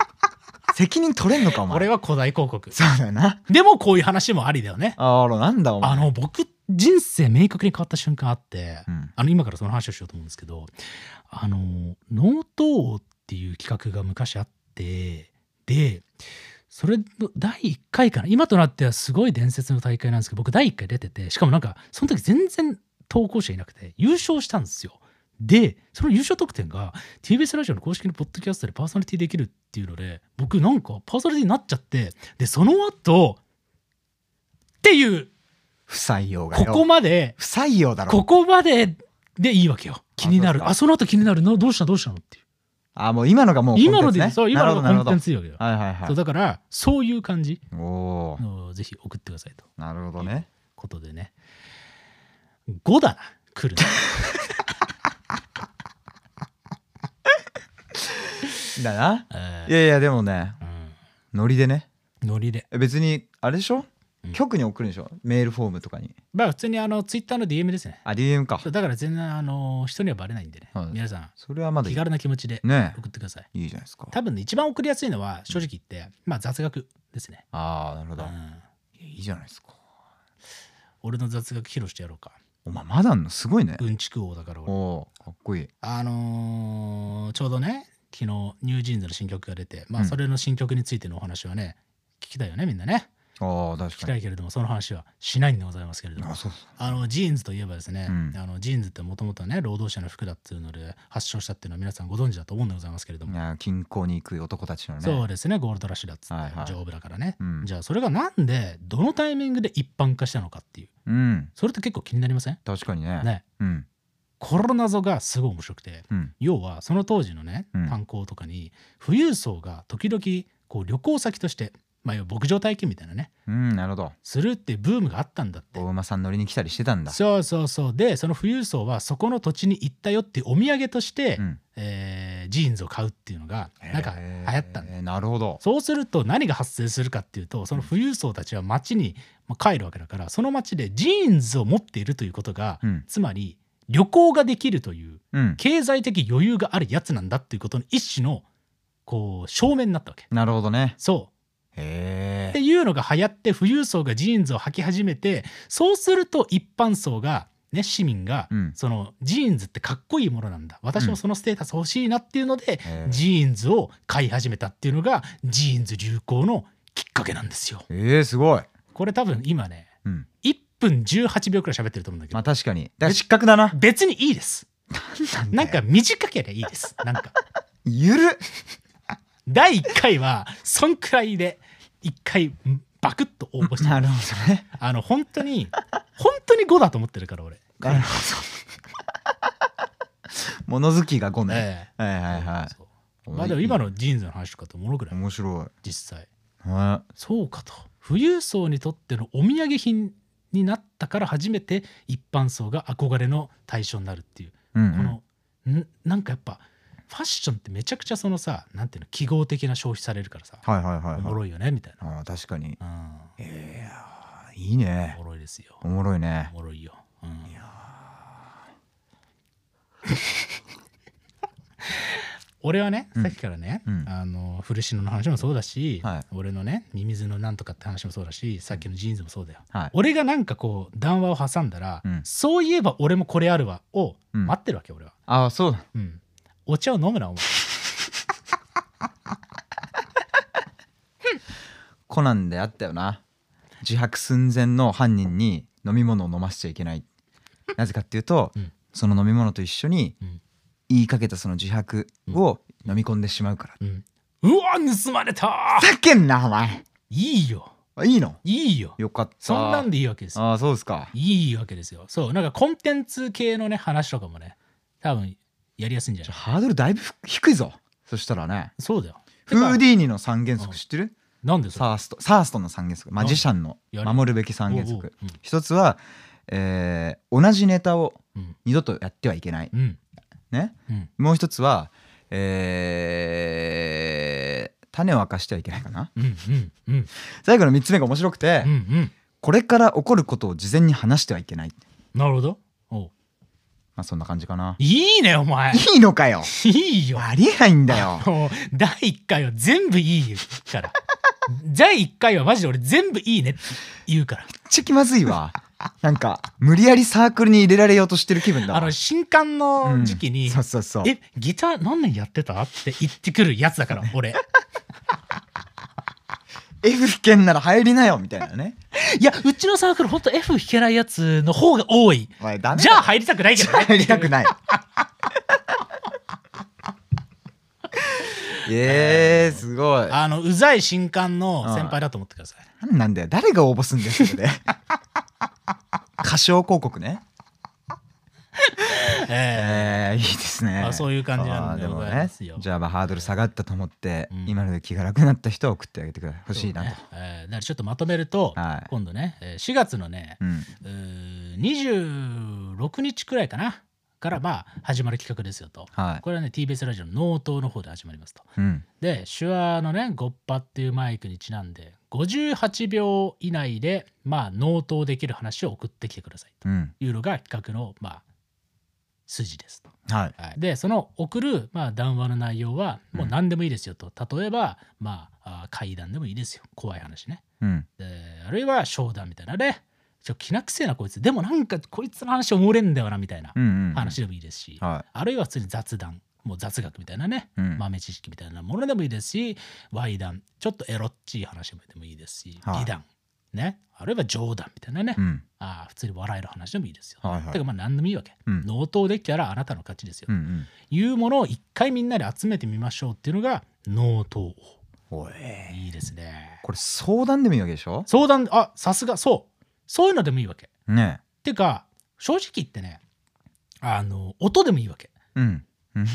Speaker 2: 責任取れんのかお前
Speaker 1: 俺は古代広告
Speaker 2: そうだよな
Speaker 1: でもこういう話もありだよね
Speaker 2: あらなんだお前
Speaker 1: あの僕人生明確に変わった瞬間あって
Speaker 2: うん
Speaker 1: あの今からその話をしようと思うんですけどあの納刀王っていう企画が昔あってでそれの第1回かな今となってはすごい伝説の大会なんですけど僕第1回出ててしかもなんかその時全然投稿者いなくて優勝したんですよでその優勝得点が TBS ラジオの公式のポッドキャストでパーソナリティできるっていうので僕なんかパーソナリティになっちゃってでその後っていう
Speaker 2: 不採用が
Speaker 1: こ
Speaker 2: よ
Speaker 1: こまで
Speaker 2: 不採用だろ
Speaker 1: ここまででいいわけよ。気にな
Speaker 2: そうです
Speaker 1: る。
Speaker 2: か
Speaker 1: あ、その後気になるの。どうしたどうしたのっていう。
Speaker 2: あもう今のがもうコンテンツ
Speaker 1: 今のでいい、
Speaker 2: ね
Speaker 1: そう、今のが
Speaker 2: なる
Speaker 1: コ
Speaker 2: ほ
Speaker 1: ン
Speaker 2: ど
Speaker 1: テンツいいわけよ。
Speaker 2: なるほどはいはい
Speaker 1: そう
Speaker 2: は
Speaker 1: だから、そういう感じ
Speaker 2: いおお
Speaker 1: のぜひ送ってくださいと。
Speaker 2: なるほどね
Speaker 1: ことでね。5だな、来るの
Speaker 2: だな
Speaker 1: え
Speaker 2: いやいやでもね
Speaker 1: ーうん
Speaker 2: ノリでね
Speaker 1: ノリで。
Speaker 2: 別にあれでしょ、
Speaker 1: うん
Speaker 2: 局に送るんでしょメールフォームとかに
Speaker 1: まあ、普通にあの、ツイッターの DM ですね。
Speaker 2: あ DM か
Speaker 1: そうだから全然、あの、人にはバレないんでね
Speaker 2: はい。
Speaker 1: 皆さん、
Speaker 2: それはまだい
Speaker 1: 気
Speaker 2: い
Speaker 1: 軽な気持ちで
Speaker 2: ね
Speaker 1: 送ってください。
Speaker 2: いいじゃないですか
Speaker 1: 多分ね、一番送りやすいのは、正直言って、まあ、雑学ですね。
Speaker 2: ああなるほ
Speaker 1: う
Speaker 2: ど、
Speaker 1: ん
Speaker 2: いやいいじゃないですか
Speaker 1: 俺の雑学披露してやろうか。
Speaker 2: お前まだあんのすごいね、
Speaker 1: うんちく王だから俺
Speaker 2: お。おかっこいい
Speaker 1: あのーちょうどね昨日ニュージーンズの新曲が出て、ま
Speaker 2: う
Speaker 1: あ、
Speaker 2: ん
Speaker 1: それの新曲についてのお話はね、聞きたいよねみんなね
Speaker 2: ああ確
Speaker 1: 聞き
Speaker 2: か
Speaker 1: た
Speaker 2: に
Speaker 1: いけれどもその話はしないんでございますけれども
Speaker 2: あそうそう
Speaker 1: あのジーンズといえばですね、
Speaker 2: うん
Speaker 1: あのジーンズってもともとね労働者の服だっていうので発祥したっていうのは皆さんご存知だと思うんでございますけれども、
Speaker 2: いや近郊に行く男たちのね
Speaker 1: そうですねゴールドラッシュだっつって、
Speaker 2: はいはい
Speaker 1: 丈夫だからね、
Speaker 2: うん
Speaker 1: じゃあそれがなんでどのタイミングで一般化したのかっていう
Speaker 2: うん
Speaker 1: それって結構気になりません
Speaker 2: 確かにね
Speaker 1: ね
Speaker 2: うん
Speaker 1: この謎がすごい面白くて、
Speaker 2: うん
Speaker 1: 要はその当時のね
Speaker 2: うん
Speaker 1: 炭鉱とかに富裕層が時々こう旅行先として、まあ、要は牧場体験みたいなね
Speaker 2: うんなるほど
Speaker 1: するってブームがあったんだって
Speaker 2: 大馬さん乗りに来たりしてたんだ
Speaker 1: そうそうそうでその富裕層はそこの土地に行ったよってお土産として、
Speaker 2: ん
Speaker 1: えージーンズを買うっていうのがなんか流行ったんだよ
Speaker 2: えーなるほど
Speaker 1: そうすると何が発生するかっていうとその富裕層たちは町にまあ帰るわけだからその町でジーンズを持っているということが、
Speaker 2: うん
Speaker 1: つまり旅行ができるという
Speaker 2: うん
Speaker 1: 経済的余裕があるやつなんだっていうことの一種のこう証明になったわけ
Speaker 2: なるほどね
Speaker 1: そう
Speaker 2: へ
Speaker 1: って
Speaker 2: え
Speaker 1: いうのが流行って富裕層がジーンズを履き始めてそうすると一般層がね市民が、
Speaker 2: うん
Speaker 1: そのジーンズってかっこいいものなんだ私もそのステータス欲しいなっていうので、
Speaker 2: へー
Speaker 1: ジーンズを買い始めたっていうのがジーンズ流行のきっかけなんですよ
Speaker 2: えー、すごい
Speaker 1: これ多分今ね
Speaker 2: うん
Speaker 1: 1分18秒くらい喋ってると思うんだけ
Speaker 2: ま
Speaker 1: ど
Speaker 2: あ、確かにだから失格だな
Speaker 1: 別にいいです
Speaker 2: なん
Speaker 1: な
Speaker 2: だよ
Speaker 1: んか短ければいいですなんか
Speaker 2: ゆるっ
Speaker 1: 第1回はそんくらいで1回バクッと応募して
Speaker 2: なるほどね
Speaker 1: あの本当に本当に5だと思ってるから俺、
Speaker 2: なるほど 物好きがごめん、
Speaker 1: え
Speaker 2: はい
Speaker 1: え
Speaker 2: はいは
Speaker 1: そう
Speaker 2: い
Speaker 1: まあでも今のジーンズの話とかってもろくない
Speaker 2: 面白い
Speaker 1: 実際
Speaker 2: は
Speaker 1: そうかと富裕層にとってのお土産品になったから初めて一般層が憧れの対象になるっていう
Speaker 2: いうんう
Speaker 1: こ
Speaker 2: ん
Speaker 1: の、んなんかやっぱファッションってめちゃくちゃそのさなんていうの記号的な消費されるからさ
Speaker 2: はいはいは
Speaker 1: お
Speaker 2: い
Speaker 1: も
Speaker 2: は
Speaker 1: ろ
Speaker 2: い
Speaker 1: いよねみたい
Speaker 2: あー確かに
Speaker 1: な、
Speaker 2: いやーい
Speaker 1: う
Speaker 2: い
Speaker 1: ん、
Speaker 2: ね
Speaker 1: おもろいですよ
Speaker 2: おもろいね
Speaker 1: おもろいよ、うん、 俺はね
Speaker 2: うん
Speaker 1: さっきからね、
Speaker 2: うん
Speaker 1: あの古篠の話もそうだし、
Speaker 2: はい
Speaker 1: 俺のねミミズのなんとかって話もそうだしさっきのジーンズもそうだよ、
Speaker 2: はい
Speaker 1: 俺がなんかこう談話を挟んだら、
Speaker 2: うん
Speaker 1: そういえば俺もこれあるわを
Speaker 2: うん
Speaker 1: 待ってるわけ、俺は、
Speaker 2: ああそうだ
Speaker 1: うん、お茶を飲むなお前
Speaker 2: コナンであったよな自白寸前の犯人に飲み物を飲ませちゃい けないなぜかっていうと、
Speaker 1: うん
Speaker 2: その飲み物と一緒に
Speaker 1: うん
Speaker 2: 言いかけたその自白を飲み込んでしまうから、
Speaker 1: うん、うわ盗まれた
Speaker 2: ふざけんなお前
Speaker 1: いいよ
Speaker 2: あいいの
Speaker 1: いいよ
Speaker 2: よかった
Speaker 1: そんなんでいいわけですよ
Speaker 2: ああそうですか
Speaker 1: いいわけですよそうなんかコンテンツ系のね話とかもね多分やりやすいんじゃ
Speaker 2: じゃ
Speaker 1: ない
Speaker 2: あハードルだいぶ低いぞそしたらね
Speaker 1: そうだよ
Speaker 2: フー
Speaker 1: てか
Speaker 2: ディーニの三原則知ってる
Speaker 1: なんでそれ
Speaker 2: サーストサーストの三原則マジシャンの
Speaker 1: やれ
Speaker 2: 守るべき三原
Speaker 1: おうおう
Speaker 2: 則
Speaker 1: うん
Speaker 2: 一つは、えー同じネタを
Speaker 1: うん
Speaker 2: 二度とやってはいけない、
Speaker 1: うん
Speaker 2: ね
Speaker 1: うん
Speaker 2: もう一つは、えー種を明かしてはいけないかな
Speaker 1: うんうんうん
Speaker 2: 最後の3つ目が面白くて、
Speaker 1: うんうん
Speaker 2: これから起こることを事前に話してはいけない、
Speaker 1: なるほどおう
Speaker 2: まあ、そんな感じかない
Speaker 1: いねお前
Speaker 2: いいのかよ
Speaker 1: いいよ
Speaker 2: ありえないんだ よ
Speaker 1: もう第1回は全部いいから 第1回はマジで俺全部いいねって言うから
Speaker 2: めっちゃ気まずいわなんか無理やりサークルに入れられようとしてる気分だわ
Speaker 1: あの新刊の時期
Speaker 2: う
Speaker 1: に
Speaker 2: んそうそうそう
Speaker 1: えギター何年やってたって言ってくるやつだから俺
Speaker 2: F 危険なら入りなよみたいな ね
Speaker 1: いやうちのサークルほんと F 弾けないやつの方が多い
Speaker 2: おいダメだ
Speaker 1: じゃあ入りたくないけど ね
Speaker 2: 入りた くないえー、すごい
Speaker 1: あのうざい新刊の先輩だと思ってくだ さい
Speaker 2: なんなんだよ誰が応募すんだよそれ で歌唱広告ね
Speaker 1: え
Speaker 2: えー、いいですね
Speaker 1: あそういう感じなんで
Speaker 2: あーも
Speaker 1: ございますよ
Speaker 2: じゃあまあハードル下がったと思って、
Speaker 1: うん
Speaker 2: 今ので気が楽になった人は送ってあげてください
Speaker 1: え
Speaker 2: 欲しいなと、
Speaker 1: そうねええだからちょっとまとめると、
Speaker 2: はい
Speaker 1: 今度ねえー4月のね、
Speaker 2: うん
Speaker 1: うー26日くらいかなからまあ始まる企画ですよと、
Speaker 2: はい
Speaker 1: これはね TBS ラジオの納刀の方で始まりますと
Speaker 2: うん
Speaker 1: で手話のねゴッパっていうマイクにちなんで58秒以内でまあ納刀できる話を送ってきてくださいと
Speaker 2: うん
Speaker 1: いうのが企画のまあ筋ですと、
Speaker 2: はい
Speaker 1: はい、でその送る、まあ、談話の内容はもう何でもいいですよと、例えばまああ会談でもいいですよ怖い話ね
Speaker 2: うん
Speaker 1: であるいは商談みたいなねちょ気なくせえなこいつでもなんかこいつの話おもれんだよなみたいな
Speaker 2: うんうん
Speaker 1: 話でもいいですし、
Speaker 2: は
Speaker 1: あるいは普通に雑談もう雑学みたいなね、
Speaker 2: いうん
Speaker 1: 豆知識みたいなものでもいいですしワイダンちょっとエロっちい話でもいいですし
Speaker 2: はい
Speaker 1: 美談、ねあるいは冗談みたいなね、
Speaker 2: うん
Speaker 1: ああ普通に笑える話でもいいですよ、
Speaker 2: はいは
Speaker 1: て
Speaker 2: い
Speaker 1: かまあ何でもいいわけ、
Speaker 2: うん
Speaker 1: 納刀できたらあなたの勝ちですよ、
Speaker 2: うんうん
Speaker 1: いうものを一回みんなで集めてみましょうっていうのが納刀
Speaker 2: おい
Speaker 1: いいですね
Speaker 2: これ相談でもいいわけでしょ
Speaker 1: 相談あさすがそうそういうのでもいいわけ
Speaker 2: ね
Speaker 1: てか正直言ってねあの音でもいいわけ
Speaker 2: えうんうん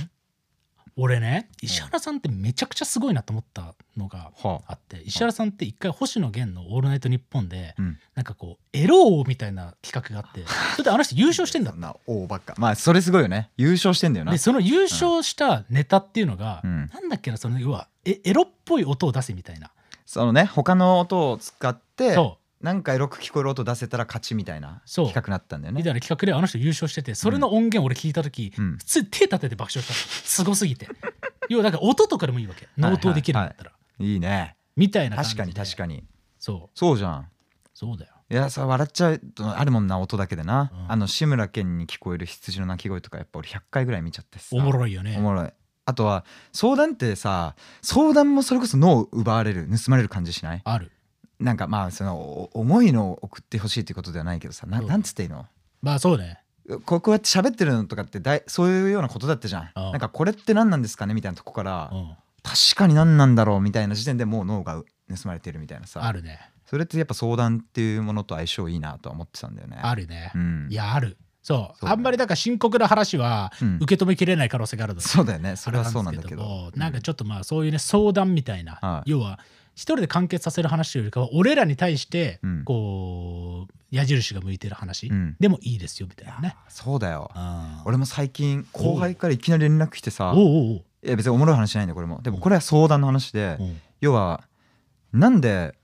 Speaker 1: 俺ね石原さんってめちゃくちゃすごいなと思ったのが
Speaker 2: は
Speaker 1: あって石原さんって一回星野源の「オールナイトニッポン」で
Speaker 2: うん
Speaker 1: なんかこうエロ王みたいな企画があってそれであの人優勝してんだ
Speaker 2: そな大ばっかまあそれすごいよね優勝してんだよな
Speaker 1: でその優勝したネタっていうのが、
Speaker 2: うん
Speaker 1: なんだっけなその要はえエロっぽい音を出せみたいな、
Speaker 2: そのね他の音を使って
Speaker 1: そ
Speaker 2: なんかエロく聞こえる音出せたら勝ちみたいな
Speaker 1: そう
Speaker 2: 企画になったんだよ
Speaker 1: う
Speaker 2: ね
Speaker 1: みたいな企画であの人優勝しててそれの音源俺聞いた時、
Speaker 2: うん
Speaker 1: 普通に手立てて爆笑したのすごすぎて 要はなんか音とかでもいいわけ納刀できるんだったら、
Speaker 2: いいね
Speaker 1: みたいな感じ
Speaker 2: 確
Speaker 1: で
Speaker 2: かに確かに
Speaker 1: そう
Speaker 2: そうじゃん
Speaker 1: そうだよ
Speaker 2: いやそれ笑っちゃうとあるもんな音だけでな、
Speaker 1: うん
Speaker 2: あの志村けんに聞こえる羊の鳴き声とかやっぱ俺100回ぐらい見ちゃってさ
Speaker 1: おもろいよね
Speaker 2: おもろいあとは相談ってさ相談もそれこそ脳を奪われる盗まれる感じしない
Speaker 1: ある
Speaker 2: なんかまあそのお重いのを送ってほしいっていうことではないけどさな
Speaker 1: そう
Speaker 2: なんつっていいの
Speaker 1: まあそうね。
Speaker 2: ここうやって喋ってるのとかってだいそういうようなことだったじゃん
Speaker 1: ああ
Speaker 2: なんかこれって何なんですかねみたいなとこから
Speaker 1: うん。
Speaker 2: 確かに何なんだろうみたいな時点でもう脳が盗まれてるみたいなさ
Speaker 1: あるね。
Speaker 2: それってやっぱ相談っていうものと相性いいなとは思ってたんだよね
Speaker 1: あるね
Speaker 2: う。ん
Speaker 1: いや、ある。そう。
Speaker 2: そうね
Speaker 1: あんまりだから深刻な話は
Speaker 2: うん
Speaker 1: 受け止めきれない可能性があるので
Speaker 2: そうだよねそれはそうなんだけ
Speaker 1: あれ
Speaker 2: ど
Speaker 1: ですもなんかちょっとまあそういうね、相談みたいな。
Speaker 2: はい
Speaker 1: 要は、一人で完結させる話よりかは、俺らに対して
Speaker 2: うん、
Speaker 1: こう、矢印が向いてる話
Speaker 2: うん
Speaker 1: でもいいですよみたいなね。
Speaker 2: そうだよ
Speaker 1: うん
Speaker 2: 俺も最近後輩からいきなり連絡来てさ
Speaker 1: おうおうおう
Speaker 2: いや別におもろい話じゃないんだよこれもでもこれは相談の話で
Speaker 1: うん
Speaker 2: 要はなんで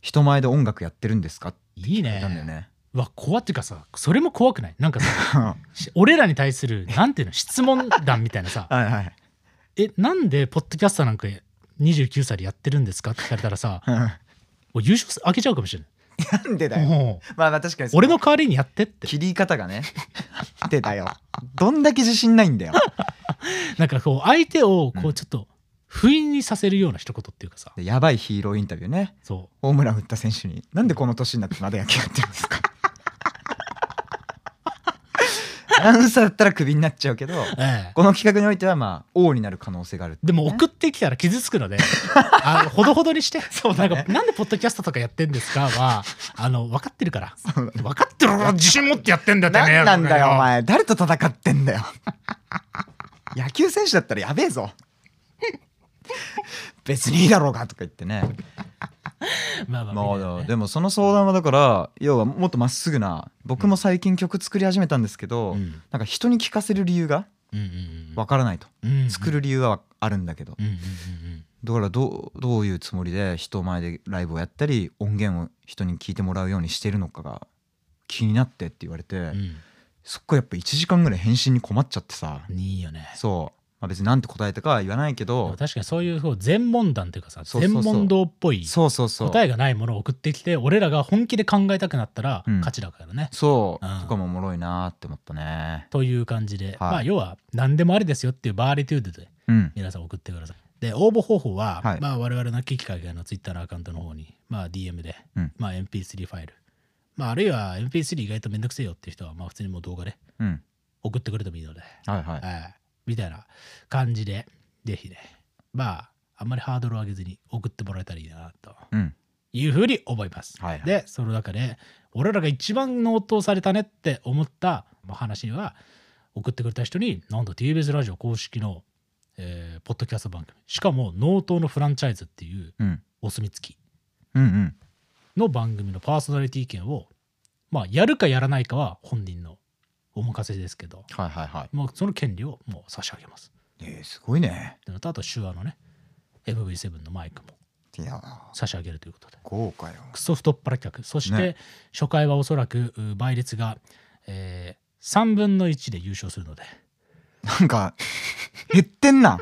Speaker 2: 人前で音楽やってるんですかって
Speaker 1: いい
Speaker 2: 言ったんだよ
Speaker 1: ね。
Speaker 2: ね。
Speaker 1: うわ、怖っていうかさ、それも怖くないなんかさ、し 俺らに対する、なんていうの、質問談みたいなさ、
Speaker 2: はい はい。
Speaker 1: え、なんでポッドキャスターなんか29歳でやってるんですかって聞かれたらさ、お優勝開けちゃうかもしれ
Speaker 2: なんでだ
Speaker 1: ない。
Speaker 2: よ。
Speaker 1: もう
Speaker 2: まあまあ確かにそ
Speaker 1: 俺の代わりにやってって。
Speaker 2: 切り方が ね出たよ。どんだけ自信ないんだよ。
Speaker 1: なんかこう、相手をこ
Speaker 2: う
Speaker 1: うんちょっと不意にさせるような一言っていうかさ、
Speaker 2: でやばいヒーローインタビューね。
Speaker 1: そ
Speaker 2: ホームラン打った選手になんでこの年になってまだ野球やってるんです か。アナウンサーだったらクビになっちゃうけど
Speaker 1: う。ええ。
Speaker 2: この企画においてはまあ王になる可能性があるってい
Speaker 1: で
Speaker 2: うね、
Speaker 1: も送ってきたら傷つく ので、あのほどほどにして、
Speaker 2: そうだね
Speaker 1: なんかなんでポッドキャストとかやってんですか は、あの、分かってるから。
Speaker 2: そうだね
Speaker 1: 分かってる自信持ってやってんだってね
Speaker 2: 何なんだよお前誰と戦ってんだよ 野球選手だったらやべえぞ 別にいいだろうがとか言ってね
Speaker 1: まあまあ、
Speaker 2: ま
Speaker 1: みんな
Speaker 2: あ
Speaker 1: ね
Speaker 2: でもその相談はだから要はもっとまっすぐな僕も最近曲作り始めたんですけど、
Speaker 1: うん
Speaker 2: なんか人に聞かせる理由が
Speaker 1: うんうん
Speaker 2: わからないと、
Speaker 1: うんうん
Speaker 2: 作る理由はあるんだけど
Speaker 1: うんうんうん
Speaker 2: だからどうどういうつもりで人前でライブをやったり音源を人に聞いてもらうようにしてるのかが気になってって言われて、
Speaker 1: うんうん
Speaker 2: そっからやっぱ1時間ぐらい返信に困っちゃってさ、
Speaker 1: うんいいよね
Speaker 2: そう、まあ、別になんて答えたかは言わないけ
Speaker 1: でも
Speaker 2: ど
Speaker 1: 確かにそういうこう全問談というかさ
Speaker 2: そうそう
Speaker 1: 全
Speaker 2: そう
Speaker 1: 問答っぽい
Speaker 2: そうそうそう
Speaker 1: 答えがないものを送ってきて俺らが本気で考えたくなったら
Speaker 2: うん
Speaker 1: 勝ちだからね、
Speaker 2: そう
Speaker 1: うん
Speaker 2: とかもおもろいなーって思ったね
Speaker 1: という感じで、まあ要は何でもありですよっていうバーリトゥードで
Speaker 2: うん
Speaker 1: 皆さん送ってくださいで応募方法は、
Speaker 2: はい
Speaker 1: まあ、我々の危機海外のツイッターのアカウントの方に、まあ、DM で、
Speaker 2: うん
Speaker 1: まあ、MP3 ファイル、まあ、あるいは MP3 意外とめんどくせえよっていう人は、まあ、普通にもう動画で
Speaker 2: うん
Speaker 1: 送ってくれてもいいので、
Speaker 2: はいはい
Speaker 1: はいみたいな感じで、ぜひね、まあ、あんまりハードルを上げずに送ってもらえたらいいなと
Speaker 2: うん
Speaker 1: いうふうに思います。
Speaker 2: はいはい
Speaker 1: で、その中で、俺らが一番納刀されたねって思ったまあ話には、送ってくれた人に、なんと TBS ラジオ公式の、えーポッドキャスト番組、しかも納刀のフランチャイズっていう
Speaker 2: うん
Speaker 1: お墨付き
Speaker 2: うんうん
Speaker 1: の番組のパーソナリティ権を、まあ、やるかやらないかは本人のお任せですけど、
Speaker 2: はいはいはい
Speaker 1: まあ、その権利をもう差し上げます。
Speaker 2: えー、すごいね
Speaker 1: ってのとあと手話のね MV7 のマイクも
Speaker 2: いやー
Speaker 1: 差し上げるということで
Speaker 2: 豪華よ
Speaker 1: クソ太っ腹客そして、
Speaker 2: ね
Speaker 1: 初回はおそらくう倍率が、えー、3分の1で優勝するので
Speaker 2: なんか減ってん な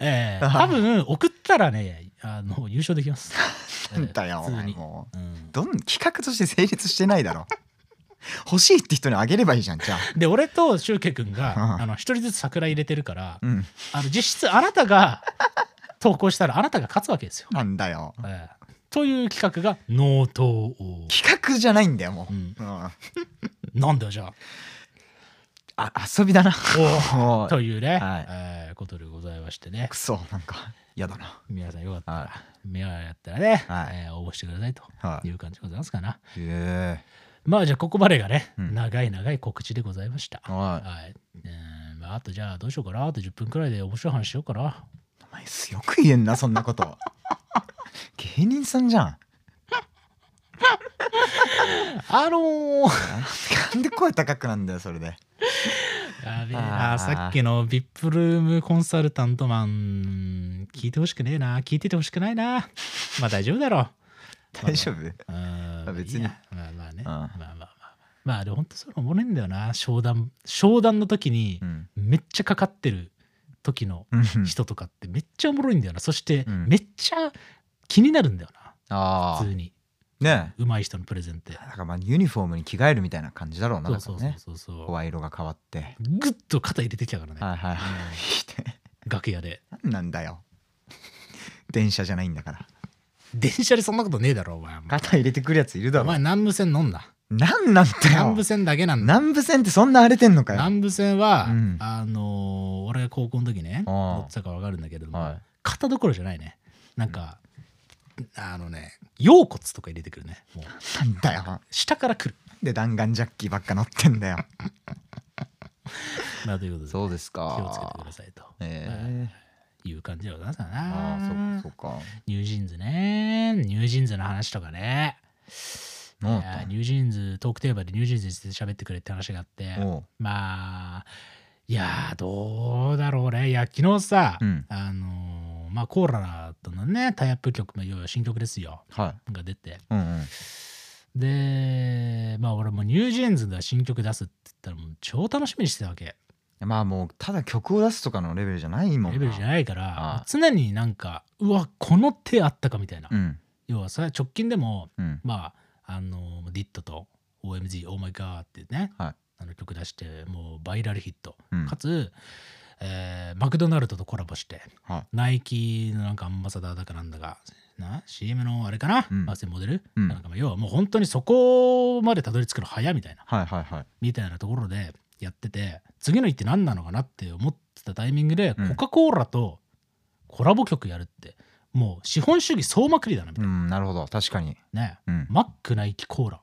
Speaker 1: え ー、多分送ったらねあの優勝できます
Speaker 2: なんだよ
Speaker 1: えー普
Speaker 2: お
Speaker 1: 通
Speaker 2: 前
Speaker 1: に
Speaker 2: も
Speaker 1: うん
Speaker 2: うどん企画として成立してないだろ 欲しいって人にあげればいいじゃんじゃあ
Speaker 1: で俺とシュウケ君が
Speaker 2: うん
Speaker 1: あの一人ずつ桜入れてるから
Speaker 2: うん
Speaker 1: あの実質あなたが投稿したらあなたが勝つわけですよ。
Speaker 2: なんだよ
Speaker 1: えーという企画が「ノートを
Speaker 2: 企画じゃないんだよもう、
Speaker 1: うん
Speaker 2: うん
Speaker 1: なんだよじゃあ
Speaker 2: あ遊びだな
Speaker 1: お
Speaker 2: お
Speaker 1: というね、
Speaker 2: はい
Speaker 1: えーことでございましてね
Speaker 2: くそなんか嫌だな
Speaker 1: 皆さんよかったら、
Speaker 2: はい
Speaker 1: 目がやったらね、
Speaker 2: はい
Speaker 1: えー応募してくださいと
Speaker 2: はい
Speaker 1: いう感じでございますかな。
Speaker 2: へえ
Speaker 1: まあじゃあここまでがね、
Speaker 2: うん
Speaker 1: 長い長い告知でございました。は
Speaker 2: はい
Speaker 1: い。えーまあ、あとじゃあどうしようかな。あと10分くらいで面白い話しようか な。
Speaker 2: お前すよく言えんなそんなこと 芸人さんじゃん
Speaker 1: あのー、
Speaker 2: なんで声高くなんだよそれで
Speaker 1: やべえな
Speaker 2: あー
Speaker 1: さっきの VIP ルームコンサルタントマン、聞いてほしくねえな。聞いててほしくないな。まあ大丈夫だ ろう。
Speaker 2: 大丈夫
Speaker 1: うん
Speaker 2: 別に
Speaker 1: いいやまあまあね。
Speaker 2: ん
Speaker 1: まあまあまあ。まあでも本当それおもろいんだよな。商談。商談の時に
Speaker 2: うん
Speaker 1: めっちゃかかってる時の
Speaker 2: うん
Speaker 1: 人とかってめっちゃおもろいんだよな。そして
Speaker 2: うん
Speaker 1: めっちゃ気になるんだよな。
Speaker 2: ああ
Speaker 1: 普通に。
Speaker 2: ねえ
Speaker 1: 上手い人のプレゼンって。
Speaker 2: だからまあユニフォームに着替えるみたいな感じだろうな
Speaker 1: そう
Speaker 2: だか
Speaker 1: そうそ
Speaker 2: ら
Speaker 1: う
Speaker 2: ね
Speaker 1: そうそう。
Speaker 2: 声色が変わって
Speaker 1: ぐっと肩入れてきたからね。
Speaker 2: はいはいはい
Speaker 1: 楽屋で。
Speaker 2: 何なんだよ電車じゃないんだから
Speaker 1: 電車でそんなことねえだろお前
Speaker 2: 肩入れてくるやついるだ
Speaker 1: お
Speaker 2: ろ
Speaker 1: 前南武線乗んな
Speaker 2: なんなんだ
Speaker 1: 南
Speaker 2: よ
Speaker 1: 武線だけなんだ
Speaker 2: 南部線ってそんな荒れてんのかよ
Speaker 1: 南武線は、
Speaker 2: うん
Speaker 1: あのー俺が高校の時ね
Speaker 2: ああ
Speaker 1: 乗ってたから分かるんだけども、
Speaker 2: はい
Speaker 1: 肩どころじゃないねなんか、あのね腰骨とか入れてくるねもう
Speaker 2: なんだよなん
Speaker 1: 下から来る、
Speaker 2: で弾丸ジャッキばっか乗ってんだよ
Speaker 1: まあ、ということで
Speaker 2: そうですか
Speaker 1: 気をつけてくださいと
Speaker 2: え
Speaker 1: いう感じはなさな
Speaker 2: えああそうかそうか
Speaker 1: ニュージーンズねニュージーンズの話とかねい
Speaker 2: なんだ
Speaker 1: やニュージーンズトークテーマでニュージーンズについて喋ってくれって話があって
Speaker 2: おう
Speaker 1: まあいやーどうだろうねいや昨日さ、
Speaker 2: うん
Speaker 1: あのーまあコーラとのねタイアップ曲もいよいよ新曲ですよ
Speaker 2: はい
Speaker 1: が出て
Speaker 2: うんうん
Speaker 1: でまあ俺もニュージーンズが新曲出すって言ったらもう超楽しみにしてたわけ
Speaker 2: まあもうただ曲を出すとかのレベルじゃないもん
Speaker 1: レベルじゃ
Speaker 2: い
Speaker 1: ないか
Speaker 2: あ
Speaker 1: ら
Speaker 2: あ
Speaker 1: 常になんかうわこの手あったかみたいな、
Speaker 2: うん
Speaker 1: 要はさ直近でも
Speaker 2: うん
Speaker 1: まああのディットと OMG「Oh my God」ってね、
Speaker 2: はい
Speaker 1: あの曲出してもうバイラルヒット、
Speaker 2: うん
Speaker 1: かつ、えーマクドナルドとコラボして
Speaker 2: はい
Speaker 1: ナイキのなんかアンバサダーだかなんだかな CM のあれかな、
Speaker 2: うん
Speaker 1: まあ、それモデル、
Speaker 2: うん
Speaker 1: なんかまあ要はもう本当にそこまでたどり着くの早いみたいな
Speaker 2: はいはいはい
Speaker 1: みたいなところでやってて次の一手何なのかなって思ってたタイミングで、
Speaker 2: うん
Speaker 1: コカ・コーラとコラボ曲やるってもう資本主義総まくりだなみた
Speaker 2: う
Speaker 1: い
Speaker 2: んなるほど確かに
Speaker 1: な、ね
Speaker 2: うん
Speaker 1: マックナイキコーラ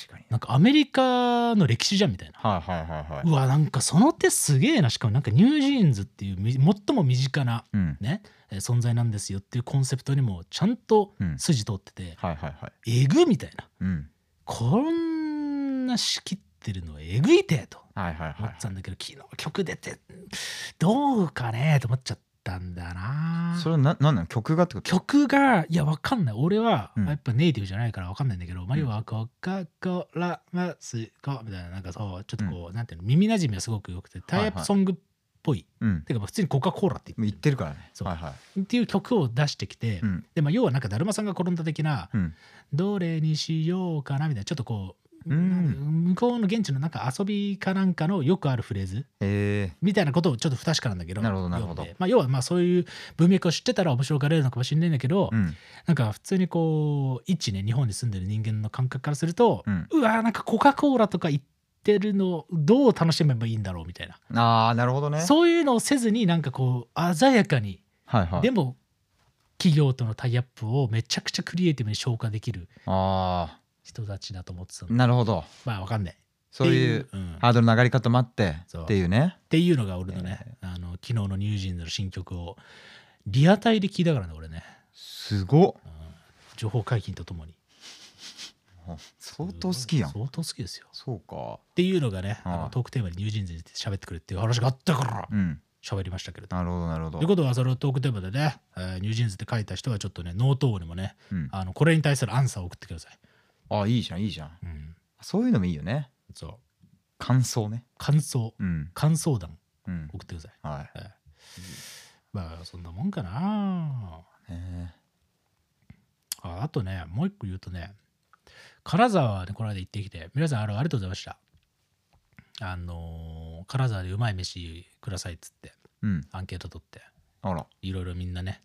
Speaker 2: 確かに
Speaker 1: なんかアメリカの歴史じゃんみたいな。
Speaker 2: はいはいはいはいう
Speaker 1: わなんかその手すげえなしかもなんかニュージーンズっていうみ最も身近な、
Speaker 2: うん
Speaker 1: ね、えー存在なんですよっていうコンセプトにもちゃんと
Speaker 2: うん
Speaker 1: 筋通ってて、
Speaker 2: はいはいはい
Speaker 1: えぐみたいな
Speaker 2: うん
Speaker 1: こんな仕切ってるのえぐいてと
Speaker 2: はいはい
Speaker 1: 思
Speaker 2: は
Speaker 1: っ
Speaker 2: い
Speaker 1: てたんだけど、昨日曲出てどうかねと思っちゃったんだな
Speaker 2: それはななんなの曲がってこと
Speaker 1: 曲がいやわかんない俺は、
Speaker 2: うん
Speaker 1: やっぱネイティブじゃないからわかんないんだけど、まあ、
Speaker 2: うん
Speaker 1: 要は「コカ・コラ・マスコ」みたいななんかそうちょっとこう、なんていうの耳なじみはすごく良くてタイアップソングっぽい、
Speaker 2: うん
Speaker 1: てかまあ普通に「コカ・コーラ」って言
Speaker 2: 言
Speaker 1: っ
Speaker 2: っててるからね
Speaker 1: そう
Speaker 2: はいはい
Speaker 1: るっていう曲を出してきて、
Speaker 2: うん
Speaker 1: でまあ、要はなんかだるまさんが転んだ的な、
Speaker 2: うん
Speaker 1: どれにしようかなみたいなちょっとこう、
Speaker 2: うん
Speaker 1: 向こうの現地のなんか遊びかなんかのよくあるフレーズ
Speaker 2: え
Speaker 1: みたいなことをちょっと不確かなんだけど
Speaker 2: なるほどなるほど
Speaker 1: 読んでまあ、要はまあそういう文脈を知ってたら面白がれるのかもしれないんだけど、
Speaker 2: ーうん
Speaker 1: なんか普通にこう一ね日本に住んでる人間の感覚からすると、
Speaker 2: うん
Speaker 1: うわーなんかコカ・コーラとか言ってるのをどう楽しめばいいんだろうみたいな、
Speaker 2: ああなるほどね
Speaker 1: そういうのをせずになんかこう鮮やかに、
Speaker 2: はいはい
Speaker 1: でも企業とのタイアップをめちゃくちゃクリエイティブに消化できる
Speaker 2: あ
Speaker 1: 人たちだと思ってた
Speaker 2: あ
Speaker 1: の
Speaker 2: なるほど
Speaker 1: まあわかんない
Speaker 2: そういう
Speaker 1: っていう,、ん、っ
Speaker 2: ハードルの上がり方もあって
Speaker 1: そう
Speaker 2: っていうね
Speaker 1: ていうのが俺のね、あの昨日のニュージーンズの新曲をリアタイで聞いたからね俺ね
Speaker 2: すごっ
Speaker 1: 情報解禁とともに
Speaker 2: あ相当好きやん
Speaker 1: 相当好きですよ
Speaker 2: そうか
Speaker 1: っていうのがね、あ
Speaker 2: は
Speaker 1: の
Speaker 2: い
Speaker 1: トークテーマにニュージーンズについて喋ってくるっていう話があったから
Speaker 2: うん
Speaker 1: 喋りましたけれど。
Speaker 2: なるほどなるほど
Speaker 1: ということはそれをトークテーマでね、えーニュージーンズって書いた人はちょっとねノート王にもね
Speaker 2: うん
Speaker 1: あのこれに対するアンサーを送ってください。
Speaker 2: あいいじゃんいいじゃん
Speaker 1: うん、
Speaker 2: そういうのもいいよね
Speaker 1: そう
Speaker 2: 感想ね
Speaker 1: 感想
Speaker 2: うん
Speaker 1: 感想談
Speaker 2: うん
Speaker 1: 送ってください。
Speaker 2: は
Speaker 1: まあそんなもんかない
Speaker 2: ね
Speaker 1: ああとねもう一個言うとね金沢はねこの間行ってきて皆さんあのありがとうございました。あのー金沢でうまい飯くださいっつって
Speaker 2: うん
Speaker 1: アンケート取って
Speaker 2: あら
Speaker 1: いろいろみんなね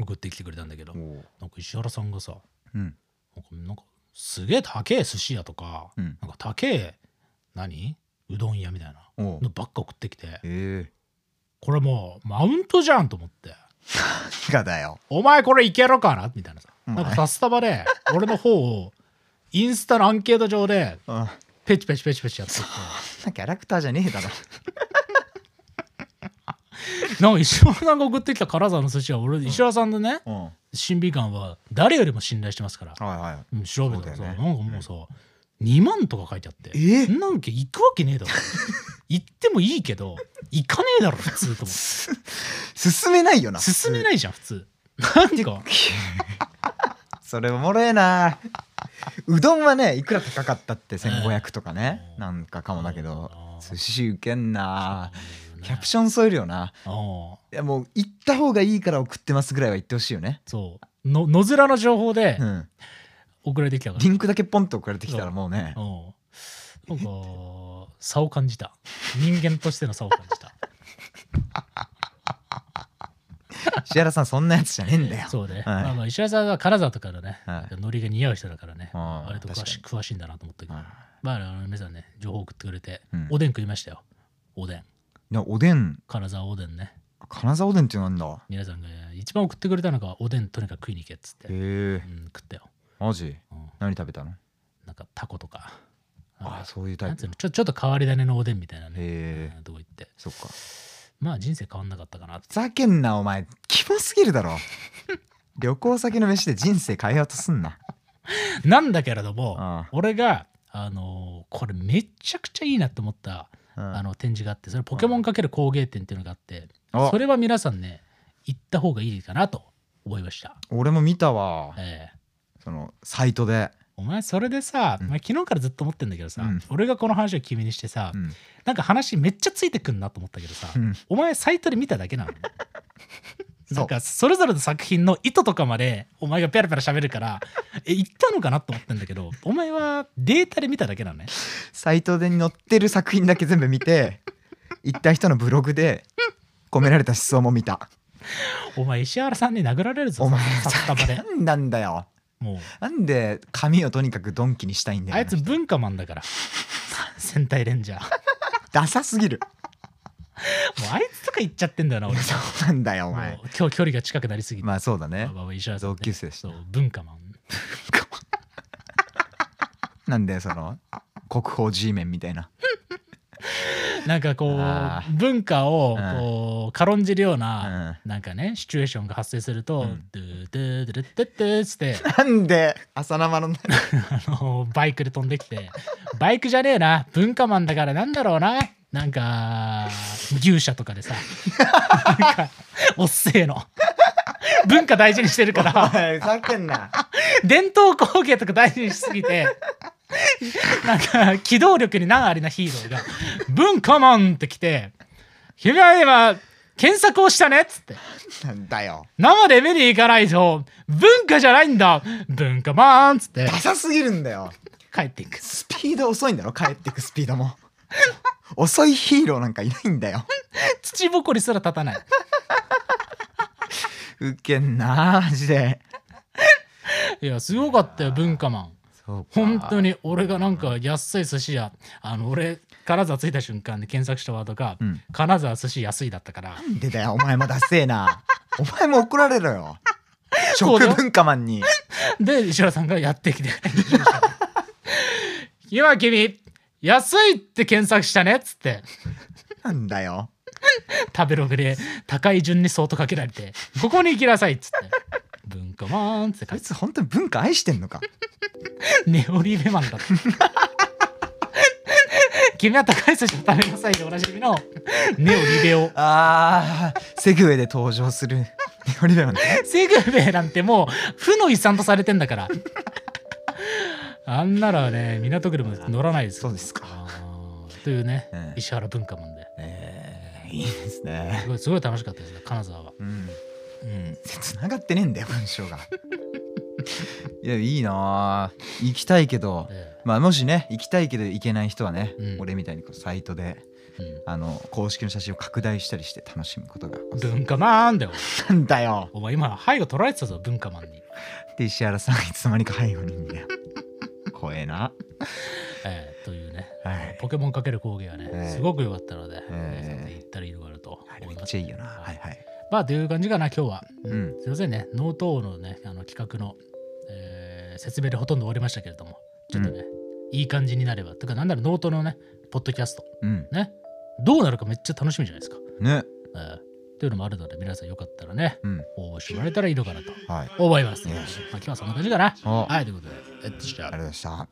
Speaker 1: 送ってきてくれたんだけど
Speaker 2: おお
Speaker 1: なんか石原さんがさ
Speaker 2: うん
Speaker 1: なんかなんかすげえ高え寿司屋とか、
Speaker 2: うん
Speaker 1: なんか高え何うどん屋みたいな
Speaker 2: お お
Speaker 1: のばっか送ってきて
Speaker 2: え
Speaker 1: これもうマウントじゃんと思って
Speaker 2: えがだよ
Speaker 1: お前これいけるかなみたいなさ
Speaker 2: うん
Speaker 1: なんかさスタバで俺の方をインスタのアンケート上で
Speaker 2: あ
Speaker 1: ペチペチペチペチやってて
Speaker 2: そんなキャラクターじゃねえだろ
Speaker 1: なんか石原さんが送ってきた金沢の寿司は俺石原さんのね
Speaker 2: うんは
Speaker 1: 審美眼は誰よりも信頼してますから
Speaker 2: いは
Speaker 1: うん調べたらさ、
Speaker 2: そうだよね
Speaker 1: なんかもうさ、2万とか書いてあって
Speaker 2: え
Speaker 1: そんなんけ行くわけねえだ ろ行ってもいいけど行かねえだろ普通と思って
Speaker 2: い進めないよな
Speaker 1: 進めないじゃん普通なんか
Speaker 2: それおもろえな うどんはねいくら高かったって1500とかね
Speaker 1: うん
Speaker 2: なんかかもだけど
Speaker 1: うん
Speaker 2: 寿司受けんなキャプ
Speaker 1: シ
Speaker 2: ション添えるよな
Speaker 1: ョン
Speaker 2: いやもう行った方がいいから送ってますぐらいは言ってほしいよね
Speaker 1: そうの野面の情報で
Speaker 2: うん
Speaker 1: 送られてきたから、
Speaker 2: リンクだけポンと送られてきたらもうね
Speaker 1: うんなんか差を感じた人間としての差を感じた
Speaker 2: 石石原さんそんなやつじゃねえんだよ。
Speaker 1: そうね、
Speaker 2: はい
Speaker 1: まあまあ石原さんは金沢とかのね、
Speaker 2: はい
Speaker 1: ノリが似合う人だからね、
Speaker 2: ああ
Speaker 1: 割と詳し詳しいんだなと思ったけど、
Speaker 2: はい
Speaker 1: まああの皆さんね情報送ってくれて、
Speaker 2: うん
Speaker 1: おでん食いましたよおでん
Speaker 2: なおでん
Speaker 1: 金沢おでんね
Speaker 2: 金沢おでんってなんだ。
Speaker 1: 皆さんが一番送ってくれたのがおでんとにかく食いに行けっつって、
Speaker 2: へえ
Speaker 1: うん、食ったよ、
Speaker 2: マジ
Speaker 1: うん
Speaker 2: 何食べたの
Speaker 1: なんかタコとか
Speaker 2: あ
Speaker 1: なんか
Speaker 2: そういうタ
Speaker 1: な
Speaker 2: イ
Speaker 1: んつう
Speaker 2: プ。
Speaker 1: のちょちょっと変わり種のおでんみたいなね、
Speaker 2: へ
Speaker 1: う
Speaker 2: え
Speaker 1: んとこ行って
Speaker 2: そっか。ふ
Speaker 1: まあ人生変わんなかったかなって
Speaker 2: ざけんなお前キモすぎるだろ。 旅行先の飯で人生変えようとすんな。
Speaker 1: なんだけれども
Speaker 2: ああ
Speaker 1: 俺があのーこれめちゃくちゃいいなって思った
Speaker 2: うん
Speaker 1: あの展示があってそれポケモン×工芸展っていうのがあって
Speaker 2: あ
Speaker 1: それは皆さんね行った方がいいかなと思いました、
Speaker 2: 俺も見たわ。
Speaker 1: ええ
Speaker 2: そのサイトで。
Speaker 1: お前それでさ、
Speaker 2: うん
Speaker 1: まあ昨日からずっと思ってんだけどさ、
Speaker 2: うん
Speaker 1: 俺がこの話を君にしてさ、
Speaker 2: うん
Speaker 1: なんか話めっちゃついてくんなと思ったけどさ、
Speaker 2: うん
Speaker 1: お前サイトで見ただけな の
Speaker 2: そう
Speaker 1: なんかそれぞれの作品の意図とかまでお前がペラペラ喋るからえ行ったのかなと思ったんだけどお前はデータで見ただけなのね
Speaker 2: サイトでに載ってる作品だけ全部見 て行った人のブログで込められた思想も見た
Speaker 1: お前石原さんに殴られるぞ
Speaker 2: お前
Speaker 1: 札束で
Speaker 2: なんなんだよ
Speaker 1: もう
Speaker 2: なんで髪をとにかくドンキにしたいんだよ
Speaker 1: あいつ文化マンだから戦隊レンジャーもう
Speaker 2: ダサすぎる
Speaker 1: あいつとか言っちゃってんだよな俺さ
Speaker 2: そうなんだよお前
Speaker 1: もう今日距離が近くなりすぎて、
Speaker 2: まあそうだね
Speaker 1: まあまあ石原さんね
Speaker 2: 同級生でした
Speaker 1: そう文化マン
Speaker 2: なんでその国宝 G メンみたいな
Speaker 1: なんかこ
Speaker 2: あ
Speaker 1: う文化を
Speaker 2: うん
Speaker 1: こう軽んじるような、
Speaker 2: な
Speaker 1: なんかねシチュエーションが発生すると
Speaker 2: うん
Speaker 1: 「ドゥドゥドゥルッテッテ」っつって
Speaker 2: んで浅生の
Speaker 1: あのバイクで飛んできて「バイクじゃねえな文化マンだからなんだろうな」なんか牛舎とかでさなんかおっせえの文化大事にしてるから
Speaker 2: ふざけんな
Speaker 1: 伝統工芸とか大事にしすぎてなんか機動力に難ありなヒーローが「文化マン!」って来て「君は今検索をしたね」っつって
Speaker 2: なんだよ
Speaker 1: 「生で見に行かないと文化じゃないんだ文化マン!」っつって
Speaker 2: ダサすぎるんだよ
Speaker 1: 帰っていく
Speaker 2: スピード遅いんだろ帰ってくスピードも遅いヒーローなんかいないんだよ
Speaker 1: 土ぼこりすら立たない
Speaker 2: ウケんなマジで
Speaker 1: いやすごかったよ文化マン
Speaker 2: そうか
Speaker 1: 本当に俺がなんか安い寿司屋あの俺金沢着いた瞬間で検索したワードが「
Speaker 2: うん
Speaker 1: 金沢寿司安い」だったから
Speaker 2: なんでだよお前もダセえなお前も怒られろよ
Speaker 1: そう
Speaker 2: 食
Speaker 1: だよ
Speaker 2: 文化マンに
Speaker 1: で石原さんがやってきて 今君安いって検索したねっつって
Speaker 2: なんだよ
Speaker 1: 食べログで高い順に相当かけられてここに行きなさいっつって文化マンって
Speaker 2: あ
Speaker 1: 書い
Speaker 2: いつ本当に文化愛してんのか
Speaker 1: て ネオリベマンだった君は高い寿司を食べなさいでおなじみのネオリベを
Speaker 2: あーセグウェイで登場 するオリベロンね
Speaker 1: セグウェイなんてもう負の遺産とされてんだからあんならね港区でも乗らないです
Speaker 2: そ
Speaker 1: よ
Speaker 2: うですか
Speaker 1: あーというね、
Speaker 2: うん
Speaker 1: 石原文化マンで
Speaker 2: えーいいです
Speaker 1: す
Speaker 2: ね
Speaker 1: ごいすごい楽しかったですね金沢は、
Speaker 2: うん
Speaker 1: うん、
Speaker 2: つながってねえんだよ文章がいやいいなあ行きたいけど
Speaker 1: え
Speaker 2: まあもしね行きたいけど行けない人はね、
Speaker 1: うん
Speaker 2: 俺みたいにこうサイトで
Speaker 1: えうん
Speaker 2: あの公式の写真を拡大したりして楽しむことがおすすめ
Speaker 1: 文化マンだよ
Speaker 2: なんだよ
Speaker 1: お前今背後取られてたぞ文化マンに、
Speaker 2: で石原さんいつの間にか背後にいんだよ怖えな
Speaker 1: ええというね
Speaker 2: はい
Speaker 1: ポケモンかける工芸はね、
Speaker 2: ええ
Speaker 1: すごく良かったので、
Speaker 2: ええ
Speaker 1: 皆さんで行ったらいろいろあると
Speaker 2: あれ
Speaker 1: 思
Speaker 2: め
Speaker 1: い
Speaker 2: っ
Speaker 1: ます
Speaker 2: ちゃいいよなはいはい
Speaker 1: まあという感じかな今日は、
Speaker 2: うん
Speaker 1: すいませんねノート王のねあの企画の、えー説明でほとんど終わりましたけれどもちょっとね、いい感じになればとかなんならノートのねポッドキャスト
Speaker 2: うん
Speaker 1: ねどうなるかめっちゃ楽しみじゃないですか、
Speaker 2: ね
Speaker 1: ええというのもあるので皆さんよかったらね
Speaker 2: うん
Speaker 1: 応募してもらえたらいいのかなと
Speaker 2: はいありがとう
Speaker 1: 思います。
Speaker 2: ね
Speaker 1: まあ、今日はそんな感じかな。
Speaker 2: あ
Speaker 1: はい、ということで、えっと、じゃあ
Speaker 2: ございました